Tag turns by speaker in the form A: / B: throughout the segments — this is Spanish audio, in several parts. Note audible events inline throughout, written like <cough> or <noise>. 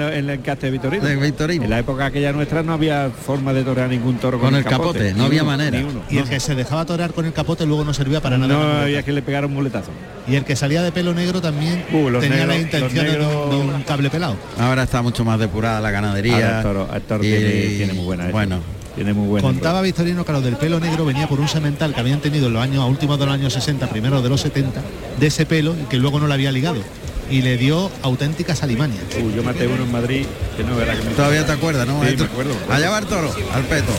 A: en el Caste de Vitorino.
B: De Vitorino.
A: En la época aquella nuestra no había forma de torear ningún toro con,
B: Con el capote, no
A: Ni
B: había
A: uno,
B: manera.
A: ni uno.
C: Y el que se dejaba torear con el capote luego no servía para nada.
A: No
C: con el
A: había
C: capote.
A: que le pegar un muletazo.
C: Y el que salía de pelo negro también
A: Uh, los
C: tenía la
A: negros-
C: intención
A: los
C: de un- de, un,
A: negros-
C: cable pelado.
B: Ahora está mucho más depurada la
A: Ahora
B: ganadería.
A: el toro, el toro
B: y-
A: tiene, tiene muy buena. ¿eh?
B: Bueno,
A: tiene muy buena.
C: Contaba Victorino Caro del pelo negro venía por un semental que habían tenido en los años, a últimos de los años 60, primero de los 70, de ese pelo y que luego no le había ligado. Y le dio auténticas alimañas.
A: Uh, yo maté uno en Madrid que no verá que me
B: todavía te acuerdas, ¿no?
A: Sí,
B: Esto-
A: me acuerdo.
B: Allá va el toro, al peto.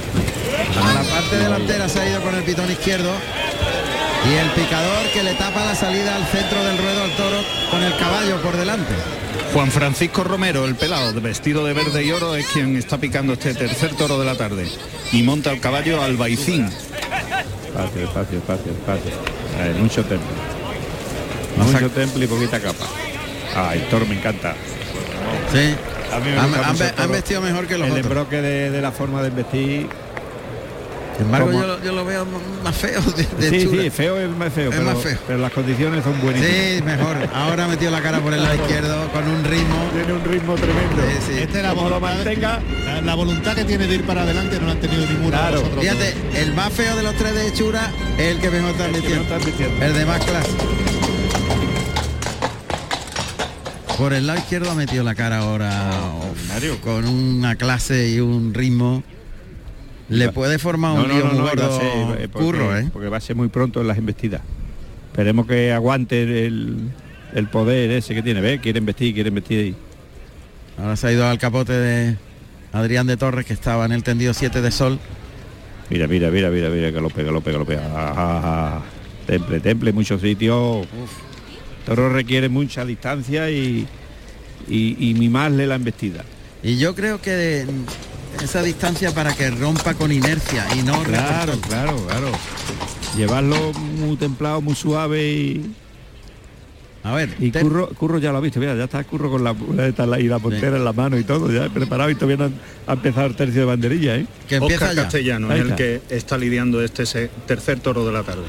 B: A la parte delantera se ha ido con el pitón izquierdo. Y el picador que le tapa la salida al centro del ruedo al toro con el caballo por delante.
D: Juan Francisco Romero, el pelado, vestido de verde y oro, es quien está picando este tercer toro de la tarde. Y monta el caballo al Baicín.
A: Espacio, espacio, espacio, espacio. Ahí, mucho temple. Mucho temple y poquita capa. Ay, el toro me encanta.
B: Sí.
A: A mí me
B: Han,
A: gusta
B: han
A: mucho
B: ve-
A: el toro.
B: han vestido mejor que los
A: El
B: otros.
A: embroque de, de la forma de vestir.
B: Sin embargo,
A: ¿Cómo?
B: yo, lo- yo lo veo más feo de, de
A: Sí,
B: chula.
A: sí, feo es más feo,
B: Es
A: pero,
B: más feo.
A: pero las condiciones son buenísimas.
B: Sí, mejor. Ahora ha metido la cara por el lado izquierdo con un ritmo.
A: Tiene un ritmo tremendo.
B: Sí, sí.
C: Esta es la
A: Como lo
C: voluntad-
A: mantenga.
C: la- la voluntad que tiene de ir para adelante no la han tenido ninguna
A: Claro.
C: de vosotros dos.
B: Fíjate, el más feo de los tres de hechura es el que mejor está
A: que mejor
B: admitiendo.
A: está admitiendo.
B: El de más clase. Por el lado izquierdo ha metido la cara ahora uf,
A: Mario.
B: con una clase y un ritmo. Le puede formar un lío muy
A: iba a
B: gordo
A: ser, eh, porque,
B: curro, ¿eh?
A: porque va a ser muy pronto en las embestidas. Esperemos que aguante el, el poder ese que tiene. ¿Ves? Quieren vestir, quieren vestir.
B: Ahora se ha ido al capote de Adrián de Torres que estaba en el tendido 7 de sol.
A: Mira, mira, mira, mira, mira, galope, galope, galope. Ajá, ajá. Temple, temple, muchos sitios. Toro requiere mucha distancia y, y, y mimarle la embestida.
B: Y yo creo que de- esa distancia para que rompa con inercia y no recortar.
A: claro, claro. Llevarlo muy templado, muy suave y,
B: A ver,
A: y
B: te-
A: Curro, Curro ya lo ha visto, mira, ya está Curro con la muleta en la- y la puntera en la mano y todo, ya preparado y todavía no han- ha empezado el tercio de banderilla, ¿eh?
B: que empieza
D: Oscar
B: ya.
D: Castellano
A: Ahí
D: es el
A: está.
D: que está lidiando este se- tercer toro de la tarde.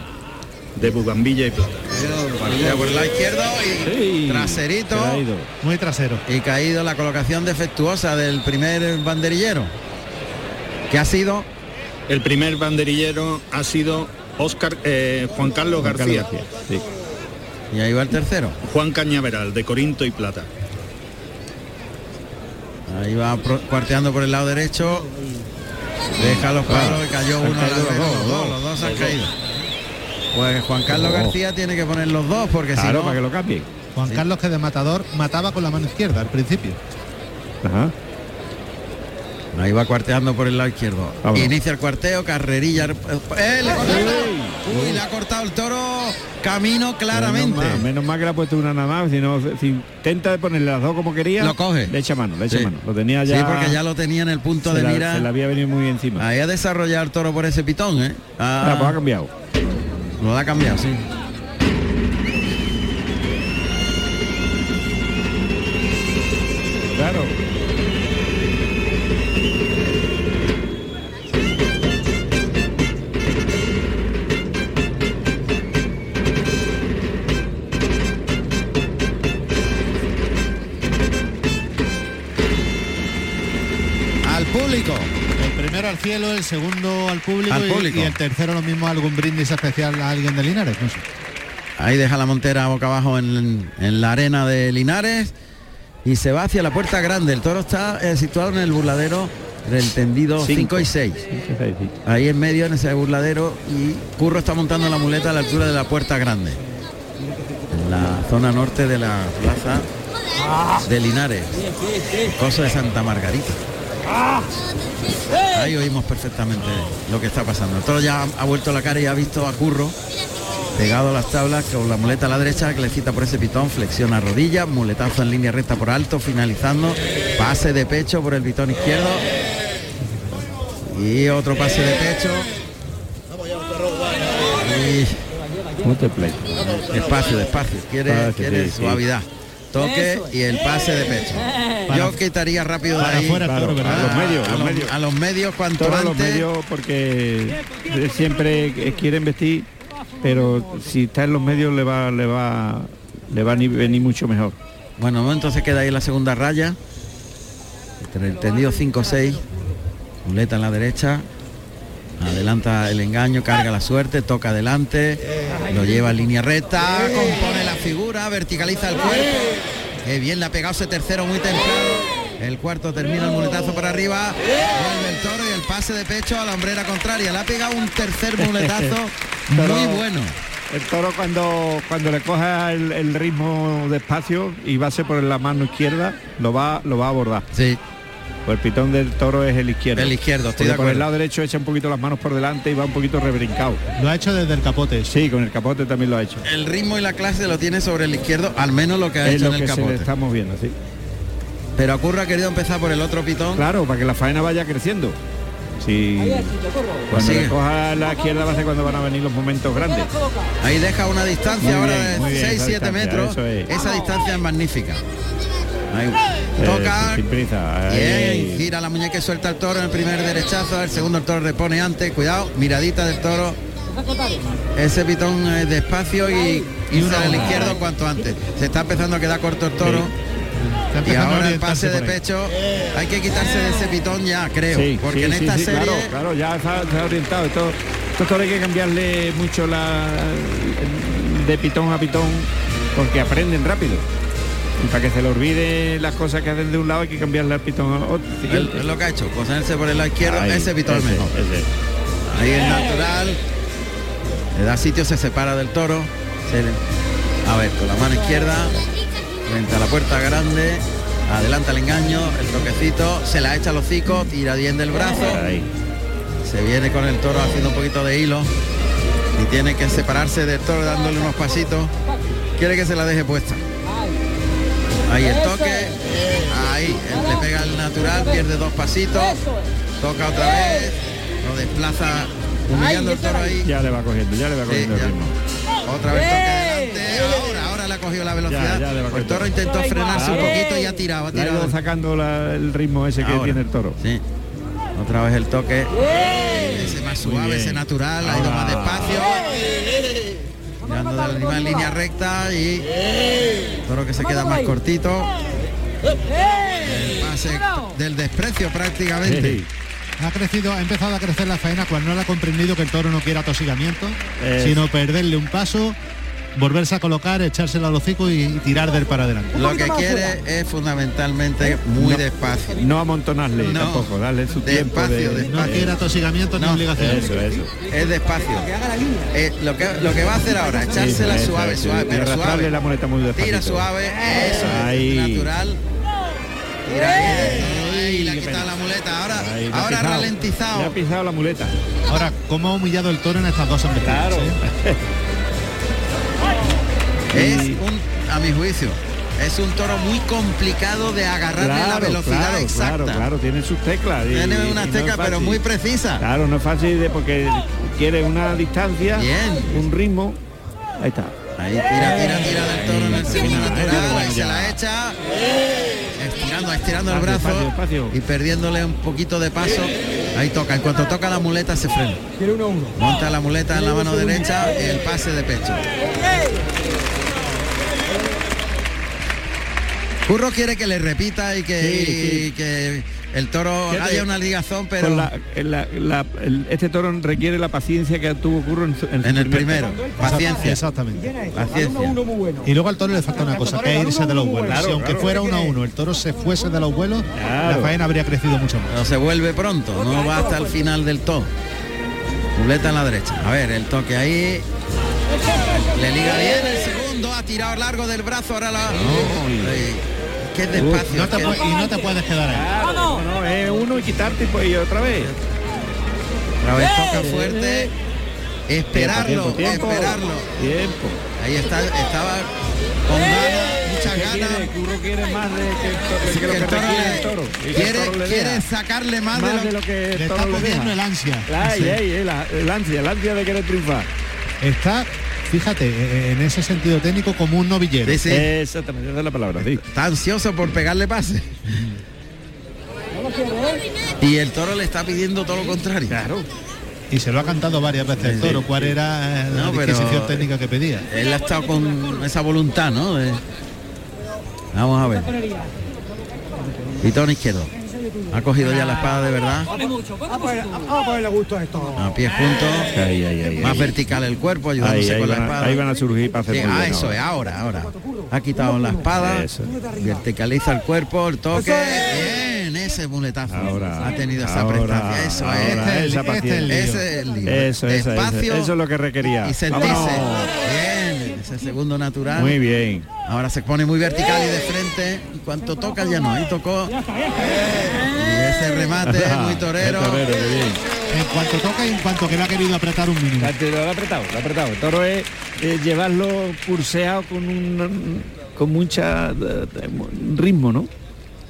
D: De Bugambilla y Plata.
B: Partida por el lado izquierdo y traserito
A: se le ha ido.
C: Muy trasero.
B: y caído la colocación defectuosa del primer banderillero que ha sido
D: El primer banderillero ha sido Oscar, eh, Juan Carlos
A: Juan Carlos
D: García.
A: García, sí.
B: y ahí va el tercero
D: Juan Cañaveral, de Corinto y Plata.
B: ahí va pro- cuarteando por el lado derecho deja los palos y cayó uno a la
A: caído los
B: vez,
A: dos,
B: los
A: los
B: dos
A: dos.
B: los dos han caído pues Juan Carlos
A: Los dos.
B: García tiene que poner los dos porque
A: Claro,
B: si no
A: para que lo cambie.
C: Juan Carlos que de matador mataba con la mano izquierda al principio.
A: Ajá.
B: Ahí va cuarteando por el lado izquierdo.
A: Vámonos.
B: Inicia el cuarteo, carrerilla. ¡Eh, le ha cortado! Uy, le ha cortado el toro. Camino claramente.
A: Menos mal, menos mal que le ha puesto una nada más, si no, si intenta de ponerle las dos como quería,
B: Lo coge.
A: Le echa mano, le echa
B: Sí.
A: mano. Lo tenía ya.
B: Sí, porque ya lo tenía en el punto
A: se
B: de
A: la-
B: mira.
A: se le había venido muy encima.
B: Ahí ha desarrollado el toro por ese pitón, ¿eh? Ah,
A: Ah, pues ha cambiado. pues,
B: lo ha cambiado, sí.
A: Claro.
B: Al público.
C: El primero al cielo, el segundo al público,
B: Al
C: y-
B: público.
C: Y, el tercero lo mismo algún brindis especial a alguien de Linares. no sé.
B: Ahí deja la montera boca abajo en, en la arena de Linares. Y se va hacia la puerta grande. El toro está eh, situado en el burladero del tendido
A: Cinco.
B: 5 y 6.
A: Sí.
B: Ahí en medio, en ese burladero, y Curro está montando la muleta a la altura de la puerta grande. En la zona norte de la plaza de Linares. Coso de Santa Margarita. Ahí oímos perfectamente lo que está pasando. El toro ya ha- ha vuelto la cara y ha visto a Curro pegado a las tablas con la muleta a la derecha que le cita por ese pitón, flexiona rodilla, muletazo en línea recta por alto, finalizando, pase de pecho por el pitón izquierdo y otro pase de pecho. Y
A: Multiplay.
B: despacio, despacio. Quiere,
A: Ah, sí,
B: quiere
A: sí, sí.
B: suavidad. Toque y el pase de pecho. Yo quitaría rápido de
C: Para
B: ahí.
C: afuera el
A: claro,
C: toro,
A: para
B: a,
C: ¿verdad?
A: los medios,
B: a
A: los
B: los-
A: medios.
B: a los medios cuanto
A: Todos los
B: antes.
A: medios porque eh, siempre eh, quieren vestir, pero si está en los medios le va, le va, le va a ni- venir mucho mejor.
B: Bueno, entonces queda ahí la segunda raya. El tendido 5-6, muleta en la derecha, adelanta el engaño, carga la suerte, toca adelante, lo lleva en línea recta, compone la figura, verticaliza el cuerpo. Qué bien le ha pegado ese tercero muy temprano. El cuarto termina el muletazo para arriba. Vuelve el toro y el pase de pecho a la hombrera contraria. Le ha pegado un tercer
A: <laughs>
B: muletazo muy bueno.
A: El toro cuando, cuando le coja el, el ritmo despacio y va a ser por la mano izquierda, lo va, lo va a abordar.
B: Sí,
A: Pues el pitón del toro es el izquierdo.
B: El izquierdo, estoy de
A: Porque Con el
B: acuerdo.
A: lado derecho echa un poquito las manos por delante y va un poquito rebrincado.
C: Lo ha hecho desde el capote.
A: Sí, con el capote también lo ha hecho.
B: el ritmo y la clase lo tiene sobre el izquierdo, al menos lo que ha
A: Es
B: hecho
A: lo
B: en el
A: que se le
B: capote.
A: está moviendo, sí.
B: Pero Curro ha querido empezar por el otro pitón.
A: Claro, para que la faena vaya creciendo. Sí. Cuando
B: Sigue.
A: le coja la izquierda va a ser cuando van a venir los momentos grandes.
B: Ahí deja una distancia
A: Muy
B: ahora
A: bien, muy
B: de
A: bien,
B: 6,
A: esa
B: 7
A: distancia,
B: metros.
A: eso es.
B: Esa distancia es magnífica. Ahí, toca.
A: Eh, sin prisa. ahí.
B: Bien, gira la muñeca y suelta el toro en el primer derechazo, el segundo el toro repone antes, cuidado, miradita del toro, ese pitón eh, despacio y irse al izquierdo cuanto antes. Se está empezando a quedar corto el toro.
C: Está
B: Y
C: empezando a
B: ahora el
C: orientarse
B: pase de
C: por ahí.
B: pecho hay que quitarse de ese pitón ya, creo.
A: Sí,
B: porque
A: sí,
B: en
A: sí,
B: esta
A: sí,
B: serie
A: claro, claro, ya está, está orientado. Esto, esto ahora hay que cambiarle mucho la de pitón a pitón porque aprenden rápido. Y para que se le olvide las cosas que hacen de un lado hay que cambiarle al pitón a otro.
B: el- es lo que ha hecho, ponerse por el lado izquierdo,
A: Ahí,
B: ese pitón es
A: ese,
B: mejor.
A: ese.
B: Ahí es natural. Le da sitio, se separa del toro. se le- A ver, con la mano izquierda, frente a la puerta grande, adelanta el engaño, el toquecito, se la echa los hocico, tira bien del brazo,
A: Ahí.
B: se viene con el toro haciendo un poquito de hilo y tiene que separarse del toro dándole unos pasitos. Quiere que se la deje puesta. Ahí el toque, ahí, él le pega el natural, pierde dos pasitos, toca otra vez, lo desplaza humillando el toro ahí.
A: Ya le va cogiendo, ya le va
B: Sí,
A: cogiendo
B: ya.
A: el ritmo.
B: Otra vez toque delante. Ahora, ahora le ha cogido la velocidad.
A: ya le va
B: el
A: cogiendo.
B: toro intentó frenarse un
A: Bravo.
B: poquito y ya tiraba,
A: Le ha
B: tiraba.
A: ido sacando la- el ritmo ese que
B: Ahora.
A: tiene el toro.
B: Sí. Otra vez el toque. Ese más suave,
A: bien.
B: ese natural, ha ido más despacio. Mirando del animal en línea recta y el toro que se queda más cortito. El pase del desprecio prácticamente.
A: Sí.
C: Ha crecido, ha empezado a crecer la faena cuando no le ha comprendido que el toro no quiere atosigamiento,
A: Eh.
C: sino perderle un paso, volverse a colocar, echársela al hocico y, y tirar del para adelante.
B: Lo que quiere es fundamentalmente muy
A: No.
B: despacio.
A: No amontonarle
B: No.
A: tampoco, darle su tiempo
B: Despacio,
A: de...
B: despacio.
C: No quiere atosigamiento ni
B: No.
C: obligación.
A: Eso, eso.
B: Es despacio. Eh, lo, que, lo que va a hacer ahora, echársela
A: eso,
B: suave,
A: eso,
B: suave,
A: y
B: pero
A: arrastrarle
B: suave.
A: la muleta muy despacito.
B: Tira suave, eso
A: Ahí.
B: es natural. Tira bien,
A: Ay,
B: y le ha
A: qué
B: quitado
A: pena.
B: la muleta. Ahora,
A: Ahí, le ha
B: ahora ha
A: pisado. Le
B: ralentizado.
A: ha pisado la muleta.
C: Ahora, ¿cómo ha humillado el toro en estas dos embestidas? eh?
B: Es
A: Y-
B: un, a mi juicio, es un toro muy complicado de agarrarle la velocidad
A: claro,
B: exacta.
A: claro, claro, tiene sus teclas. y-
B: Tiene
A: y
B: unas
A: no es
B: tecas, pero
A: fácil.
B: muy precisa.
A: Claro, no es fácil de, porque quiere una distancia,
B: Bien.
A: un ritmo. Ahí está.
B: Ahí tira, tira, tira del toro en el
A: Ahí,
B: segundo
A: ahí,
B: natural,
A: bueno,
B: ahí se
A: ya.
B: la echa. Estirando, estirando el
A: Despacio,
B: brazo
A: despacio, despacio.
B: y perdiéndole un poquito de paso. Ahí toca, en cuanto toca la muleta se frena. Monta la muleta en la mano derecha, el pase de pecho. Curro quiere que le repita y que,
A: Sí,
B: y que el toro
A: Fíjate,
B: haya una ligazón, pero
A: Con la- en la- la- el- este toro requiere la paciencia que tuvo Curro en, su- en su
B: en el
A: primer
B: primero.
A: toro.
B: Paciencia,
C: Exactamente.
B: paciencia.
C: Y luego al toro le falta una cosa, que es irse de los vuelos. si aunque fuera uno a uno, el toro se fuese de los vuelos,
A: Claro.
C: la faena habría crecido mucho más.
B: Pero se vuelve pronto, no va hasta el final del todo. Muleta en la derecha. A ver, el toque ahí. Le liga bien el segundo, ha tirado largo del brazo, ahora la. Ay, Qué despacio.
C: No te
B: qué-
C: pu- y no te puedes quedar ahí.
A: Claro, no, no, es uno y quitarte y, pues, y otra vez.
B: Otra vez toca fuerte. Esperarlo,
A: Tiempo, tiempo,
B: esperarlo.
A: Tiempo.
B: Ahí está, estaba con ganas, muchas
A: ¿Qué
B: ganas.
A: quiere? Curro quiere más de que el toro-
B: Sí,
A: que lo
B: que
A: que
B: el toro
A: requiere
B: le-
A: el toro. Y que el
B: quiere,
A: toro le
B: quiere
A: deja.
B: sacarle más,
A: más
B: de lo que.
A: que el
C: Le está
A: toro le
C: cogiendo
A: deja.
C: el ansia.
A: Ay,
C: Sí.
A: ay, el, el ansia, el ansia de querer triunfar.
C: Está, fíjate, eh, en ese sentido técnico como un novillero.
B: Sí, sí,
A: Exactamente, esa es la palabra, sí.
B: Está ansioso por pegarle pase. Y el toro le está pidiendo todo lo contrario.
C: Y se lo ha cantado varias veces el toro, cuál era eh, la
B: No, pero-
C: disquisición técnica que pedía.
B: Él ha estado con esa voluntad, ¿no? De- Vamos a ver. Pitón izquierdo. Ha cogido ya la espada de verdad.
E: Vamos a poner- vamos a ponerle gusto a esto.
B: A pies juntos.
A: Ahí, ahí, ahí,
B: Más
A: ahí.
B: vertical el cuerpo,
A: Ahí,
B: ayudándose
A: ahí
B: con la
A: van, a,
B: espada.
A: ahí van a surgir para hacer
B: Sí,
A: muy
B: ah,
A: bien
B: eso
A: ahora.
B: es, ahora, ahora. Ha quitado la espada,
A: Eso.
B: verticaliza el cuerpo, el toque.
E: Eso es.
B: Bien, ese muletazo.
A: Ahora,
B: ha tenido esa
A: ahora,
B: prestancia. Eso
A: ahora,
B: es.
A: esa
B: Este es el
A: paciencia.
B: lío. Ese es el lío.
A: Eso, esa, esa.
B: Despacio
A: eso es lo que requería.
B: y sentirse.
A: Vámonos.
B: Bien, ese segundo natural.
A: Muy bien.
B: Ahora se pone muy vertical y de frente. Y cuanto toca ya no. Ahí tocó. Y ese remate
A: <laughs>
B: muy torero.
A: Qué torero, qué bien.
C: En cuanto toca y en cuanto que no ha querido apretar un mínimo.
A: La- te- Lo ha apretado, lo ha apretado. El toro es eh, llevarlo curseado con un con mucha eh, ritmo, ¿no?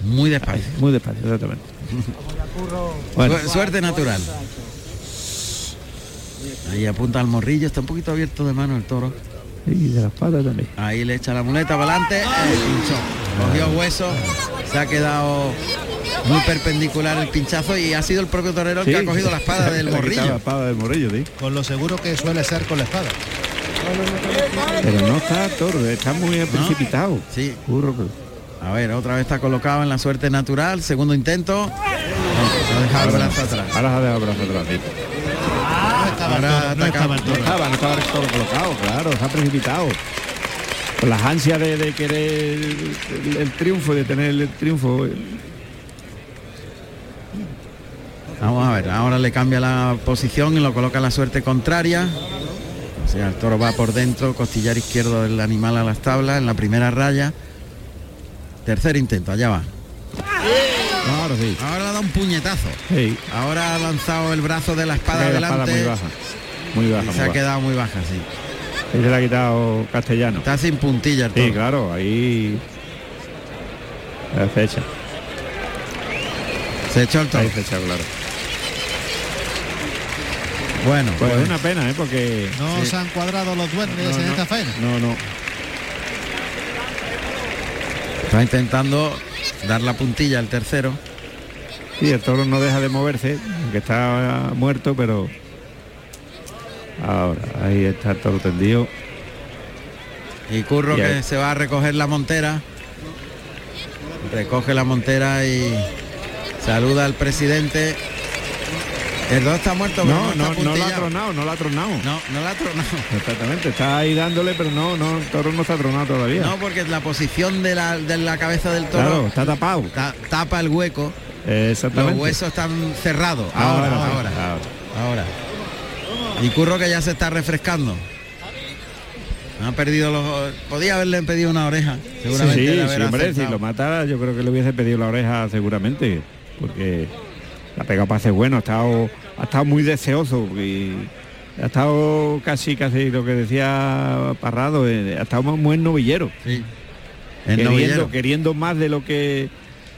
B: Muy despacio.
A: Muy despacio, exactamente. Bueno,
B: Su- Suerte natural. Ahí apunta al morrillo, está un poquito abierto de mano el toro.
A: y de la espada también.
B: Ahí le echa la muleta para adelante, el pinchó. Cogió hueso, se ha quedado muy perpendicular el pinchazo y ha sido el propio torero el que ha
A: Sí.
B: cogido la
A: <laughs>
B: espada del
A: Le ha quitado La
B: morrillo.
A: espada del morrillo, sí.
C: Con lo seguro que suele ser con la espada.
A: Pero no está toro, está muy precipitado. pues.
B: Sí,
A: Curro, pero-
B: a ver, otra vez está colocado en la suerte natural, segundo intento. No, se ha dejado el brazo atrás.
A: Ahora se ha dejado el brazo atrás. sí.
C: No estaba el
B: Ahora
C: toro, no
B: ataca-
C: estaba el
A: No
C: toro.
A: estaba, no estaba todo colocado, claro, se ha precipitado. Con las ansias de, de querer el, el triunfo, de tener el triunfo. eh.
B: Vamos a ver, ahora le cambia la posición y lo coloca en la suerte contraria. O sea, el toro va por dentro, costillar izquierdo del animal a las tablas, en la primera raya. Tercer intento, allá va.
A: Ahora sí.
B: Ahora da un puñetazo.
A: Sí.
B: Ahora ha lanzado el brazo de la espada
A: Trae la espada
B: adelante.
A: muy baja. Muy baja.
B: y
A: muy
B: se ha
A: baja.
B: quedado muy baja, sí.
A: Ahí se la ha quitado castellano.
B: Está sin puntilla el toro.
A: Sí, claro, ahí. La fecha.
B: Se echó el toro.
A: Ahí fecha, claro.
B: Bueno,
A: Pues
B: pues,
A: es una pena, ¿eh? Porque.
C: No
B: Sí.
C: se han cuadrado los duendes
A: No,
C: en
A: no.
C: esta faena.
A: No, no.
B: está intentando dar la puntilla al tercero.
A: Sí, el toro no deja de moverse, aunque está muerto, pero. Ahora, ahí está el toro tendido.
B: Y Curro
A: Y ahí-
B: que se va a recoger la montera. Recoge la montera y saluda al presidente. El dos está muerto, pero
A: No, no,
B: está
A: no la ha
B: puntillado.
A: tronado, no la ha tronado.
B: No, no la ha tronado.
A: Exactamente, está ahí dándole, pero no, no, el toro <laughs> no está tronado todavía.
B: No, porque la posición de la, de la cabeza del
A: claro,
B: toro
A: está tapado.
B: ta- tapa el hueco. Los
A: Exactamente.
B: huesos están cerrados.
A: Ah,
B: Ahora, ahora, ahora.
A: ahora.
B: Y Curro que ya se está refrescando. Ha perdido los. Podía haberle pedido una oreja. Seguramente
A: Sí,
B: de
A: sí,
B: haber
A: hombre, si
B: acertado.
A: lo matara yo creo que le hubiese pedido la oreja seguramente, porque la pega para hacer bueno, ha estado, ha estado muy deseoso y ha estado casi, casi lo que decía Parrado, eh, ha estado muy buen novillero,
B: Sí. El
A: queriendo,
B: novillero.
A: queriendo más de lo que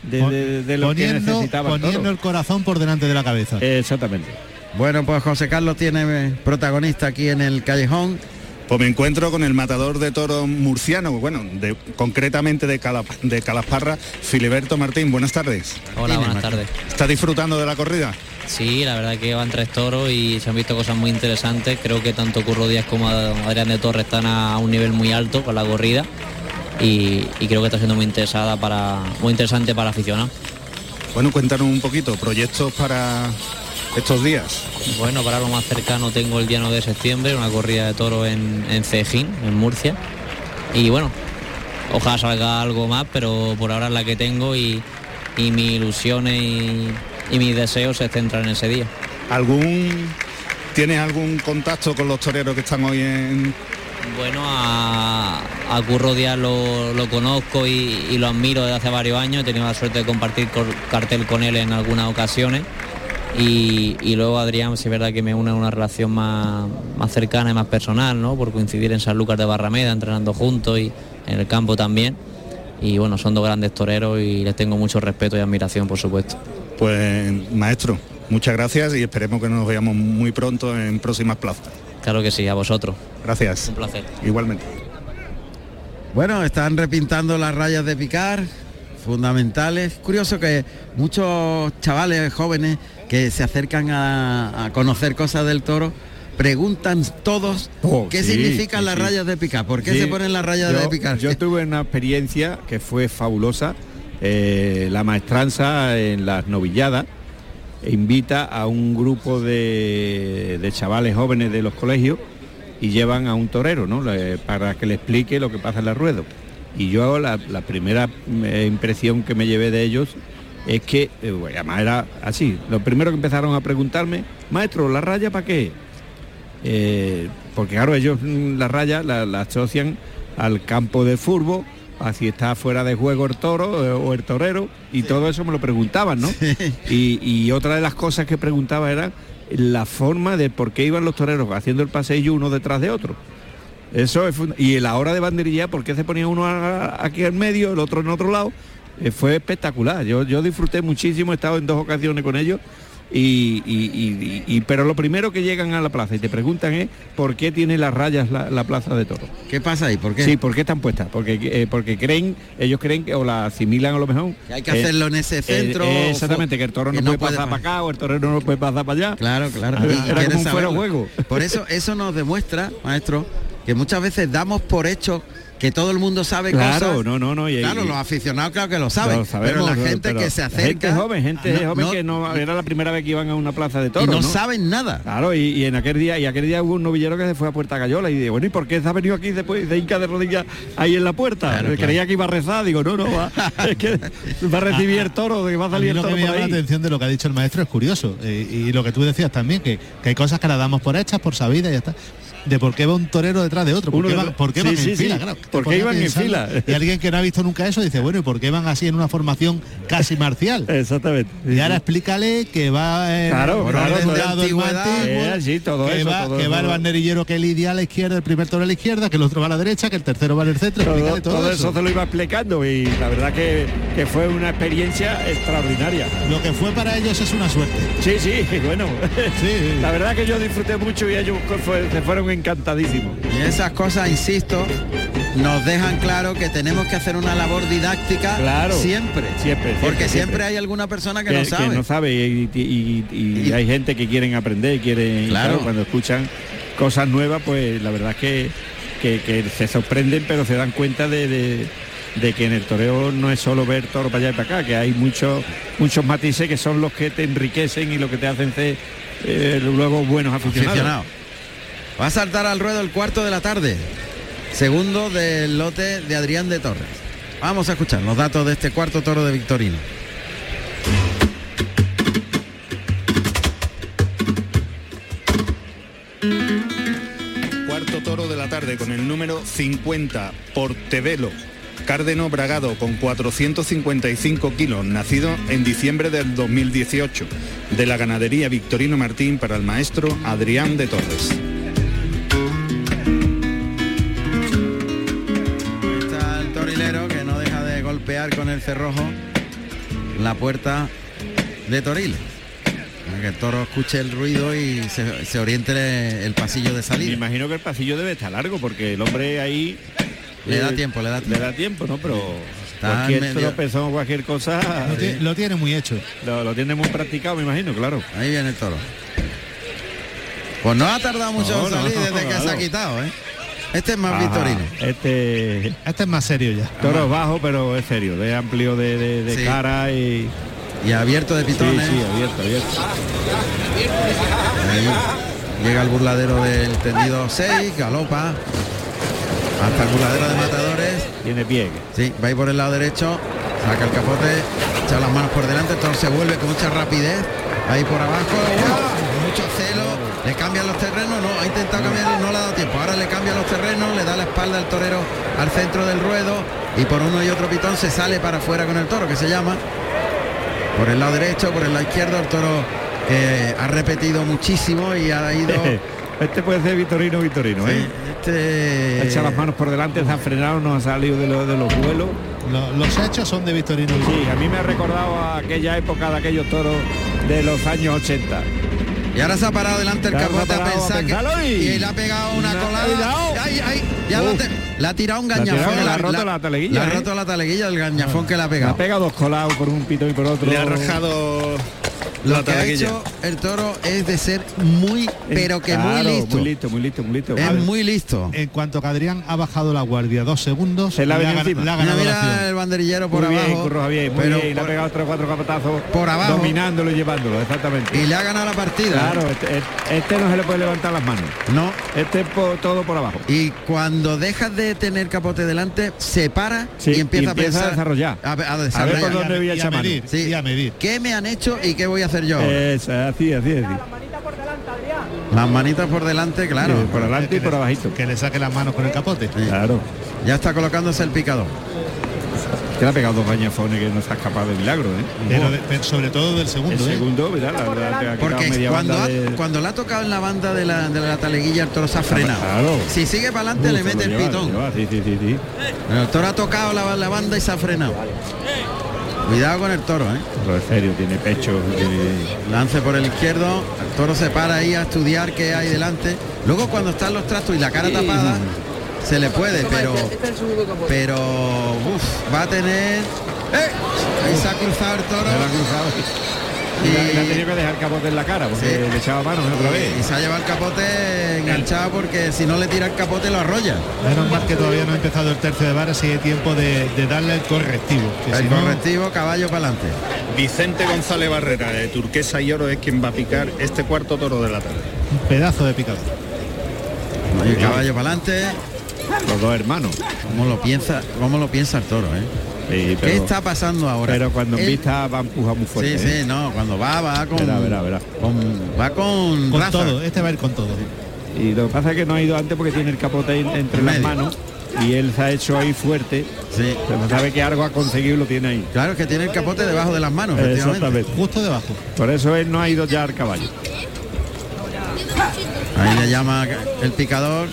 A: de, de- de lo que
C: poniendo
A: necesitaba el toro.
C: poniendo el corazón por delante de la cabeza.
A: Exactamente.
B: Bueno, pues José Carlos tiene eh, protagonista aquí en el callejón.
D: Pues me encuentro con el matador de toros murciano, bueno, de- concretamente de, Cala- de Calasparra, Filiberto Martín. Buenas tardes.
F: Hola,
B: Martínez,
F: buenas tardes.
D: ¿Está disfrutando de la corrida?
F: Sí, la verdad que van tres toros y se han visto cosas muy interesantes. Creo que tanto Curro Díaz como Adrián de Torres están a un nivel muy alto con la corrida y, y creo que está siendo muy interesada para muy interesante para aficionados.
D: Bueno, cuéntanos un poquito, proyectos para estos días.
F: Bueno, para lo más cercano tengo el día 9 de septiembre, una corrida de toros en, en Cejín, en Murcia. Y bueno, ojalá salga algo más, pero por ahora es la que tengo y, y mis ilusiones y, y mis deseos se centran en ese día.
D: ¿Algún tienes algún contacto con los toreros que están hoy en
F: Bueno, a, a Curro Díaz lo, lo conozco y, y lo admiro desde hace varios años. He tenido la suerte de compartir cor- cartel con él en algunas ocasiones. Y, y luego Adrián, sí es verdad que me une una relación más, más cercana y más personal, ¿no? Por coincidir en San Lucas de Barrameda, entrenando juntos y en el campo también. Y bueno, son dos grandes toreros y les tengo mucho respeto y admiración, por supuesto.
D: pues maestro? Muchas gracias y esperemos que nos veamos muy pronto en próximas plazas.
F: Claro que sí, a vosotros.
D: Gracias.
F: Un placer.
D: Igualmente.
B: Bueno, están repintando las rayas de picar, fundamentales. Curioso que muchos chavales jóvenes que se acercan a, a conocer cosas del toro preguntan todos
A: Oh,
B: qué
A: sí,
B: significan
A: sí,
B: las
A: sí.
B: rayas de picar, por qué
A: Sí,
B: se ponen las rayas
A: yo-
B: de picar.
A: Yo tuve una experiencia que fue fabulosa eh, la maestranza en las novilladas e invita a un grupo de, de chavales jóvenes de los colegios y llevan a un torero, ¿no? Le- para que le explique lo que pasa en la rueda. Y yo la, la primera eh, impresión que me llevé de ellos es que, eh, bueno, además era así, lo primero que empezaron a preguntarme, maestro, ¿la raya para qué? Eh, porque claro, ellos mm, la raya la, la asocian al campo de furbo, a si está fuera de juego el toro eh, o el torero, y todo eso me lo preguntaban, ¿no? Y, y otra de las cosas que preguntaba era la forma de por qué iban los toreros haciendo el paseillo uno detrás de otro. Eso es fun- y la hora de banderilla, ¿por qué se ponía uno a- aquí en medio, el otro en otro lado? Eh, fue espectacular. Yo, yo disfruté muchísimo, he estado en dos ocasiones con ellos. Y, y- y- y- y- pero lo primero que llegan a la plaza y te preguntan es por qué tiene las rayas la, la plaza de toros.
B: ¿Qué pasa ahí? ¿Por qué?
A: Sí, ¿por qué están puestas? Porque, eh, porque creen, ellos creen que o la asimilan a lo mejor.
B: Que hay que
A: eh,
B: hacerlo en ese centro.
A: eh, exactamente, que el toro
B: que
A: no, puede,
B: no puede
A: pasar
B: más.
A: para acá o el torero no puede pasar para allá.
B: Claro, claro.
A: Ah,
B: Y- y
A: era como
B: quieres
A: un fuera
B: saberlo.
A: juego.
B: Por eso eso nos demuestra, maestro, que muchas veces damos por hecho que todo el mundo sabe
A: Claro,
B: cosas.
A: no, no, no. y-
B: Claro,
A: y-
B: los aficionados claro que lo saben,
A: Lo sabemos,
B: pero la gente
A: pero
B: que se acerca
A: Gente joven, gente
B: no-
A: joven
B: no-
A: que no era la primera vez que iban a una plaza de
B: y
A: toros. ¿no?
B: no,
A: Ah.
B: saben nada.
A: Claro, y, y en aquel día, y aquel día hubo un novillero que se fue a Puerta Gallola y digo, bueno, ¿y por qué se ha venido aquí después de Inca de rodillas ahí en la puerta?
B: Claro,
A: Creía
B: claro.
A: que iba a rezar, digo, no, no,
B: <laughs>
A: va, es que va a recibir el toro, que va a
C: A
A: salir el
C: mí lo que
A: toro
C: me
A: por
C: llama la
A: ahí.
C: atención de lo que ha dicho el maestro es curioso. eh, y lo que tú decías también, que, que hay cosas que las damos por hechas, por sabidas y ya está. De por qué va un torero detrás de otro, por
A: Uno
C: qué,
A: de-
C: van- por qué
A: sí,
C: van
A: sí,
C: en
A: sí.
C: fila, claro,
A: ¿Por qué
C: te pones a
A: iban en
C: pensarlo.
A: fila?
C: <laughs> Y alguien que no ha visto nunca eso dice, bueno, ¿y por qué van así en una formación casi marcial?
B: <laughs>
A: Exactamente.
C: Y ahora explícale que va eh,
A: Eh, Claro,
C: por
A: claro,
C: orden
A: por
C: de antigüedad,
A: antigüedad. Eh, sí, todo
C: que
A: eso,
C: va,
A: todo
C: que
A: eso,
C: va el
A: todo.
C: banderillero que lidia a la izquierda, el primer toro a la izquierda, que el otro va a la derecha, que el tercero va en el centro,
A: Todo,
C: explícale todo,
A: todo
C: eso.
A: eso te lo iba explicando y la verdad que, que fue una experiencia extraordinaria.
C: Lo que fue para ellos es una suerte.
A: Sí, sí, <laughs> bueno.
C: Sí.
A: La verdad que yo disfruté mucho y ellos fue- se fueron encantadísimos.
B: Y esas cosas, insisto, nos dejan claro que tenemos que hacer una labor didáctica
A: Claro.
B: siempre.
A: Siempre, siempre,
B: Porque siempre,
A: siempre.
B: hay alguna persona que,
A: que,
B: no
A: que
B: sabe.
A: no sabe y, y- y- y
B: Y-
A: hay gente que quieren aprender quieren y
B: Claro.
A: cuando escuchan cosas nuevas pues la verdad es que, que- que se sorprenden pero se dan cuenta de, de- de que en el toreo no es solo ver toro para allá y para acá que hay muchos muchos matices que son los que te enriquecen y lo que te hacen ser eh, luego buenos aficionados
B: Aficionado. Va a saltar al ruedo el cuarto de la tarde. Segundo del lote de Adrián de Torres. Vamos a escuchar los datos de este cuarto toro de Victorino.
D: Cuarto toro de la tarde con el número 50, Portevelo. Cárdeno Bragado con 455 kilos, nacido en diciembre del 2018, de la ganadería Victorino Martín para el maestro Adrián de Torres.
B: Está el torilero que no deja de golpear con el cerrojo la puerta de Toril. Para que el toro escuche el ruido y se, se oriente el pasillo de
A: me
B: salida.
A: imagino que el pasillo debe estar largo porque el hombre ahí
B: Le da
A: eh,
B: tiempo, le da
A: le
B: tiempo.
A: da tiempo no pero
B: Está
A: cualquier
B: en medio.
A: tropezón cualquier cosa
C: Lo, ti- lo tiene muy hecho.
A: Lo, lo tiene muy practicado, me imagino, claro.
B: Ahí viene el toro. Pues no ha tardado mucho
A: No,
B: en salir
A: no,
B: desde que se ha
A: claro.
B: quitado, ¿eh? Este es más
A: Ajá,
B: Victorino.
A: Este
C: Este es más serio ya.
A: toro es bajo, pero es serio, de amplio de, de- de
B: Sí.
A: cara y.
B: Y abierto de
A: Sí,
B: pitones.
A: sí, abierto, abierto.
B: Ahí llega el burladero del tendido 6, galopa. Hasta el burladero de matadores.
A: Tiene pie.
B: Sí, va ahí por el lado derecho, saca el capote, echa las manos por delante, el toro se vuelve con mucha rapidez, ahí por abajo, ¡guau! mucho celo, le cambian los terrenos, no, ha intentado cambiar, no le ha dado tiempo, ahora le cambia los terrenos, le da la espalda al torero al centro del ruedo y por uno y otro pitón se sale para afuera con el toro, que se llama, por el lado derecho, por el lado izquierdo, el toro eh, ha repetido muchísimo y ha ido...
A: <laughs> Este puede ser Vitorino Vitorino,
B: Sí,
A: ¿eh?
B: este-
A: Ha echado las manos por delante, se ha frenado, no ha salido de, lo- de los vuelos.
C: Lo- los hechos son de Victorino.
A: Sí, a mí me ha recordado a aquella época de aquellos toros de los años 80.
B: Y ahora se ha parado delante el
A: Se ha
B: capote a
A: parado a
B: pensar
A: pensarlo
B: que,
A: y-
B: y le ha pegado una
A: Le ha
B: colada.
A: dado.
B: Ay, ay, ya lo
A: Uf.
B: te- la ha tirado un
A: ha tirado,
B: gañafón.
A: le ha roto la taleguilla,
B: Le ha
A: ¿eh?
B: roto la taleguilla, el gañafón que le ha
A: Me ha
B: pegado.
A: pegado dos colados por un pito y por otro.
D: Le ha rajado
B: Lo
D: La
B: que ha
D: talaguilla.
B: hecho el toro es de ser muy, pero que muy
A: Claro,
B: listo.
A: Muy listo, muy listo, muy listo.
B: Es
A: A ver,
B: muy listo.
C: En cuanto que Adrián ha bajado la guardia dos segundos,
A: Se la ha
C: le ha
A: venido
C: gan-
A: encima.
C: le ha
B: Mira,
C: ganado la
B: mira
C: acción.
B: el banderillero por
A: muy
B: abajo.
A: bien, Curro Javier, muy
B: pero
A: bien. Le ha
B: por-
A: pegado tres o cuatro capatazos.
B: por abajo.
A: Dominándolo y llevándolo, exactamente.
B: y le ha ganado la partida.
A: Claro, este, este no se le puede levantar las manos.
B: No.
A: Este es po- todo por abajo.
B: Y cuando dejas de tener capote delante, se para
A: Sí, y
B: y empieza,
A: empieza a
B: pensar-
A: desarrollar.
B: A, a
A: A ver por
B: desarrollar.
A: dónde voy a Eh,
C: Y
A: echar mano.
C: medir,
B: Sí.
C: y a medir.
B: ¿Qué me han hecho y qué voy a hacer yo?
A: Es así, así, así.
B: Las manitas por delante, claro.
A: Sí, por adelante y por abajito.
C: Que le saque las manos con el capote.
A: Claro.
B: Ya está colocándose el picador.
A: Que le ha pegado dos bañazones que no se ha escapado de milagro, ¿eh?
C: Pero de- pero sobre todo del segundo,
A: El
C: ¿eh?
A: segundo, mira, la verdad, que ha quitado
B: Porque
A: media
B: cuando,
A: banda
B: ha-
A: de- Ah,
B: cuando la ha tocado en la banda de la, de la taleguilla, el toro se ha frenado.
A: claro.
B: Si sigue para adelante,
A: Uh,
B: le
A: se
B: mete
A: lo
B: el
A: lleva,
B: pitón.
A: se lo lleva, sí, sí, sí, sí.
B: El toro ha tocado la, la banda y se ha frenado. Cuidado con el toro, ¿eh?
A: Pero en serio, tiene pecho. tiene-
B: Lance por el izquierdo, el toro se para ahí a estudiar qué hay delante. Luego cuando están los trastos y la cara tapada, se le puede, pero. Pero uf, va a tener. ¡Eh! Ahí se ha cruzado el toro
A: Se la ha cruzado.
B: Y-
A: Y la- le ha tenido que dejar capote en la cara porque
B: Sí.
A: le echaba manos otra vez.
B: y se ha llevado el capote enganchado porque si no le tira el capote lo arrolla.
C: Menos mal que todavía no ha empezado el tercio de vara, si hay tiempo de, de darle el correctivo. que si
B: El
C: no-
B: correctivo, caballo para adelante.
D: Vicente González Barrera de Turquesa y Oro es quien va a picar este cuarto toro de la tarde.
C: un pedazo de picador.
B: El caballo para adelante.
A: Los dos hermanos.
B: ¿Cómo lo piensa? ¿Cómo lo piensa el toro, eh?
A: Sí, pero,
B: ¿Qué está pasando ahora?
A: pero cuando en
B: Él-
A: vista va a empujar muy fuerte.
B: Sí,
A: ¿eh?
B: sí, no, cuando va, va con.
A: Verá, verá, verá.
B: con- va con,
C: Con
B: raza.
C: todo, este va a ir con todo.
A: Y lo que pasa es que no ha ido antes porque tiene el capote ahí entre
B: En
A: las
B: medio.
A: manos y él se ha hecho ahí fuerte.
B: Sí.
A: Pero sabe que algo ha conseguido y lo tiene ahí.
B: Claro, es que tiene el capote debajo de las manos, efectivamente.
A: Exactamente.
C: Justo debajo.
A: Por eso él no ha ido ya al caballo.
B: Ahí le llama el picador,